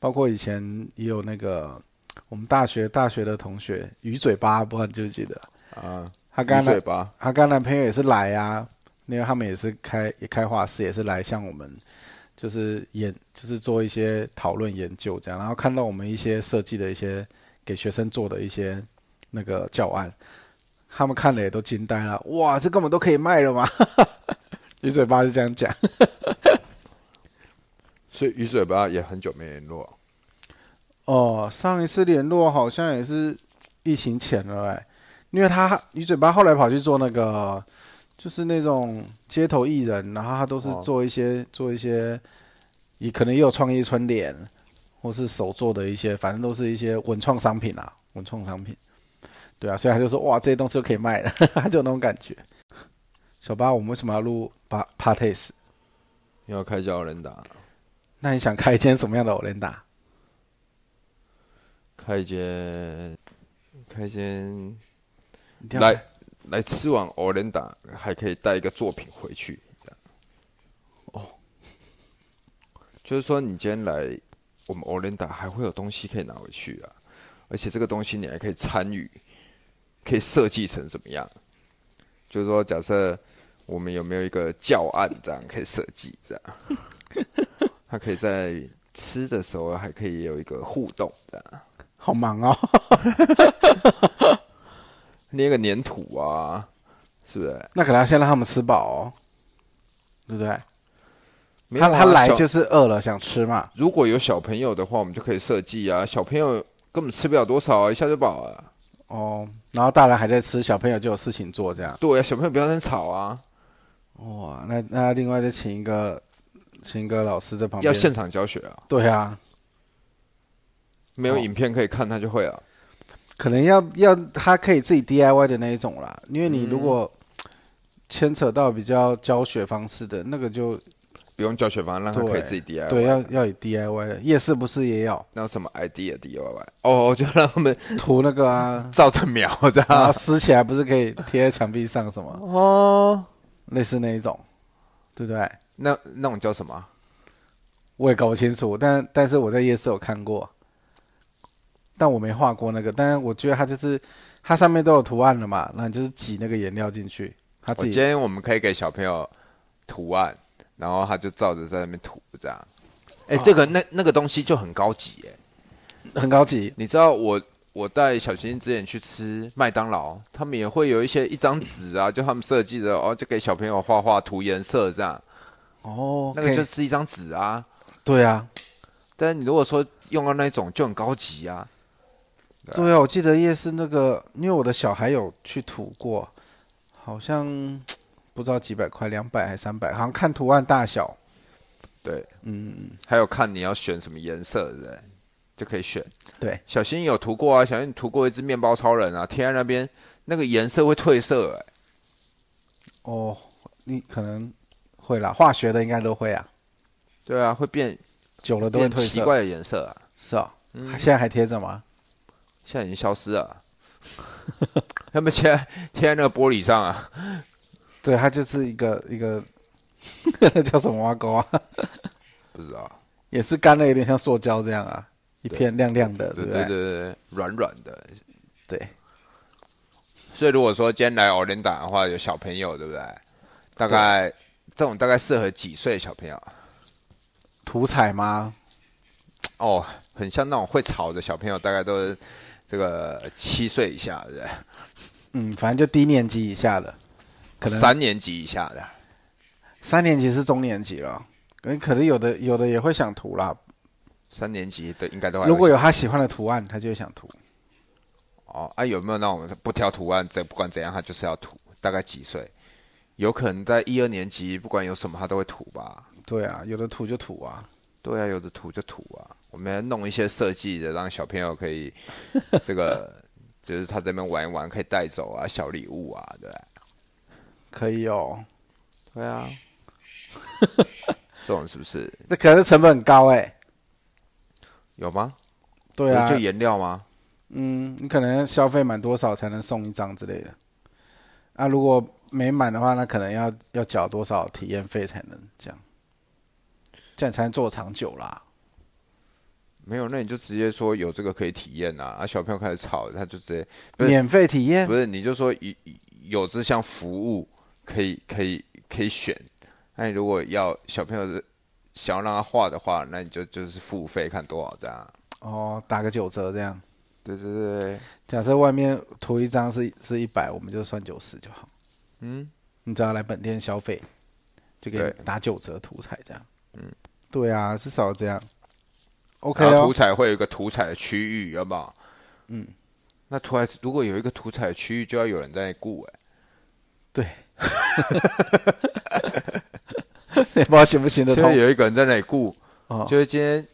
[SPEAKER 1] 包括以前也有那个我们大学大学的同学鱼嘴巴，不知道你记不记得？
[SPEAKER 2] 啊，
[SPEAKER 1] 啊他
[SPEAKER 2] 鱼
[SPEAKER 1] 刚才
[SPEAKER 2] 嘴巴。
[SPEAKER 1] 她跟她男朋友也是来啊，因为他们也是开也开画室，也是来向我们就是研就是做一些讨论研究这样，然后看到我们一些设计的一些给学生做的一些那个教案，他们看了也都惊呆了，哇，这根本都可以卖了 嘛！鱼嘴巴是这样讲，
[SPEAKER 2] 所以鱼嘴巴也很久没联络。
[SPEAKER 1] 哦，上一次联络好像也是疫情前了哎、因为他鱼嘴巴后来跑去做那个，就是那种街头艺人，然后他都是
[SPEAKER 2] 哦
[SPEAKER 1] 做一些、做一些，也可能也有创意春联，或是手做的一些，反正都是一些文创商品啊，文创商品。对啊，所以他就说哇，这些东西都可以卖了， 他就有那种感觉。小八，我们为什么要录 pa p a t e s
[SPEAKER 2] 因为开销人打，
[SPEAKER 1] 那你想开一间什么样的 Olenda？
[SPEAKER 2] 开一间，开一间
[SPEAKER 1] 一定要
[SPEAKER 2] 来来吃完欧人打，还可以带一个作品回去，这样。哦，就是说你今天来我们欧人打，还会有东西可以拿回去啊，而且这个东西你还可以参与，可以设计成怎么样？就是说，假设我们有没有一个教案这样可以设计这样， 它可以在吃的时候还可以有一个互动这样。
[SPEAKER 1] 好忙哦。
[SPEAKER 2] 捏个粘土啊，是不是？
[SPEAKER 1] 那可能要先让他们吃饱哦，对不对？
[SPEAKER 2] 没有
[SPEAKER 1] 他
[SPEAKER 2] 啊
[SPEAKER 1] 他来
[SPEAKER 2] 小
[SPEAKER 1] 就是饿了，想吃嘛。
[SPEAKER 2] 如果有小朋友的话，我们就可以设计啊。小朋友根本吃不了多少啊，一下就饱了。
[SPEAKER 1] 哦，然后大人还在吃，小朋友就有事情做，这样。
[SPEAKER 2] 对啊，小朋友不要在那吵啊，
[SPEAKER 1] 哇，那那另外再请一个，请一个老师在旁
[SPEAKER 2] 要
[SPEAKER 1] 边。
[SPEAKER 2] 现场教学啊，
[SPEAKER 1] 对啊，
[SPEAKER 2] 没有
[SPEAKER 1] 哦
[SPEAKER 2] 影片可以看，他就会啊了。
[SPEAKER 1] 可能要要他可以自己 DIY 的那一种啦，因为你如果
[SPEAKER 2] 嗯
[SPEAKER 1] 牵扯到比较教学方式的那个就，
[SPEAKER 2] 不用教学方，让他可以
[SPEAKER 1] 对
[SPEAKER 2] 自己 DIY。
[SPEAKER 1] 对，要要以 DIY 的。夜市不是也 有
[SPEAKER 2] 那有什么 idea DIY？哦，就让他们，
[SPEAKER 1] 涂那个啊
[SPEAKER 2] 照着描这
[SPEAKER 1] 然后
[SPEAKER 2] 样。
[SPEAKER 1] 撕起来不是可以贴在墙壁上什么，
[SPEAKER 2] 哦，
[SPEAKER 1] 类似那一种，对不对？
[SPEAKER 2] 那那种叫什么？
[SPEAKER 1] 我也搞不清楚，但但是我在夜市有看过，但我没画过那个，但是我觉得它就是它上面都有图案了嘛，那你就是挤那个颜料进去，它
[SPEAKER 2] 我
[SPEAKER 1] 自
[SPEAKER 2] 今
[SPEAKER 1] 己
[SPEAKER 2] 天我们可以给小朋友图案，然后他就照着在那边涂这样。
[SPEAKER 1] 哦
[SPEAKER 2] 哎、这个那那个东西就很高级哎、
[SPEAKER 1] 很高级
[SPEAKER 2] 你知道我我带小星星之前去吃麦当劳，他们也会有一些一张纸啊，就他们设计的哦，就给小朋友画画涂颜色这样，
[SPEAKER 1] 哦
[SPEAKER 2] 那个就
[SPEAKER 1] 可以
[SPEAKER 2] 是一张纸啊。
[SPEAKER 1] 对啊，
[SPEAKER 2] 但是你如果说用到那种就很高级啊，对啊
[SPEAKER 1] 对啊，我记得夜市那个，因为我的小孩有去涂过，好像不知道几百块，两百还三百，好像看图案大小，
[SPEAKER 2] 对，
[SPEAKER 1] 嗯，
[SPEAKER 2] 还有看你要选什么颜色，对不对？就可以选。
[SPEAKER 1] 对，
[SPEAKER 2] 小新有涂过啊，小新涂过一只面包超人啊，贴在那边那个颜色会褪色、哎，
[SPEAKER 1] 哦，你可能会啦，化学的应该都会啊，
[SPEAKER 2] 对啊，会变
[SPEAKER 1] 久了都会
[SPEAKER 2] 变
[SPEAKER 1] 褪
[SPEAKER 2] 奇
[SPEAKER 1] 色，
[SPEAKER 2] 怪的颜色啊，
[SPEAKER 1] 是啊、
[SPEAKER 2] 嗯
[SPEAKER 1] 现在还贴着吗？
[SPEAKER 2] 现在已经消失了。 他们贴在贴在那个玻璃上啊，
[SPEAKER 1] 对，它就是一个一个 叫什么挖沟啊，
[SPEAKER 2] 不知道。
[SPEAKER 1] 也是干的，有点像塑胶这样啊，一片亮亮的，
[SPEAKER 2] 对
[SPEAKER 1] 不
[SPEAKER 2] 对对对，软软的。
[SPEAKER 1] 对
[SPEAKER 2] 所以如果说今天来 o l 打的话，有小朋友，对不对？大概这种大概适合几岁的小朋友？
[SPEAKER 1] 涂彩吗？
[SPEAKER 2] 哦，很像那种会吵的小朋友，大概都是这个七岁以下的人，
[SPEAKER 1] 嗯，反正就低年级以下的，可能
[SPEAKER 2] 三年级以下的。
[SPEAKER 1] 三年级是中年级了，可可是有的有的也会想涂啦。
[SPEAKER 2] 三年级的应该都还会
[SPEAKER 1] 如果有他喜欢的图案，他就会想涂。
[SPEAKER 2] 哦啊，有没有那种不挑图案，怎不管怎样他就是要涂？大概几岁？有可能在一二年级，不管有什么他都会涂吧？
[SPEAKER 1] 对啊，有的涂就涂啊。
[SPEAKER 2] 对啊，有的涂就涂啊。我们要弄一些设计的，让小朋友可 以这个，就是他这边玩一玩，可以带走啊，小礼物啊，对不对
[SPEAKER 1] 可以哦，
[SPEAKER 2] 对啊，这种是不是
[SPEAKER 1] 那可是成本很高哎、
[SPEAKER 2] 有吗？
[SPEAKER 1] 对啊
[SPEAKER 2] 不，是就颜料吗？
[SPEAKER 1] 嗯，你可能要消费满多少才能送一张之类的。啊，如果没满的话，那可能要要缴多少体验费才能这样，这样才能做长久啦。
[SPEAKER 2] 没有，那你就直接说有这个可以体验啊。啊，小朋友开始吵，他就直接不是
[SPEAKER 1] 免费体验
[SPEAKER 2] 呃不是，你就说有有这项服务可以可以可以选。那你如果要小朋友的想要让他画的话，那你就就是付费看多少张。啊
[SPEAKER 1] 哦，打个九折这样。
[SPEAKER 2] 对对对对，
[SPEAKER 1] 假设外面涂一张是是一百，我们就算九十就好。
[SPEAKER 2] 嗯，
[SPEAKER 1] 你只要来本店消费，就给
[SPEAKER 2] 对
[SPEAKER 1] 你打九折涂彩这样。嗯，对啊，至少这样。OK
[SPEAKER 2] 然后
[SPEAKER 1] 哦
[SPEAKER 2] 涂，彩会有一个涂彩的区域，有没有？嗯，那涂彩如果有一个涂彩的区域，就要有人在那里顾哎、
[SPEAKER 1] 对，也 不知道行不行得
[SPEAKER 2] 现
[SPEAKER 1] 通
[SPEAKER 2] 在。有一个人在那里顾，
[SPEAKER 1] 哦
[SPEAKER 2] 就是今天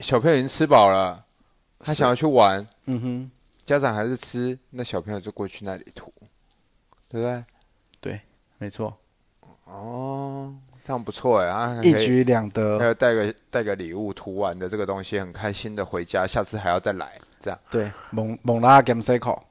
[SPEAKER 2] 小朋友已经吃饱了，他想要去玩，
[SPEAKER 1] 嗯哼，
[SPEAKER 2] 家长还是吃，那小朋友就过去那里涂，对不对？
[SPEAKER 1] 对，没错，
[SPEAKER 2] 哦，这样不错哎啊！
[SPEAKER 1] 一
[SPEAKER 2] 可以
[SPEAKER 1] 举两
[SPEAKER 2] 还
[SPEAKER 1] 得。
[SPEAKER 2] 有带个带个礼物，涂完的这个东西很开心的回家，下次还要再来，这样
[SPEAKER 1] 对，猛猛拉 game cycle，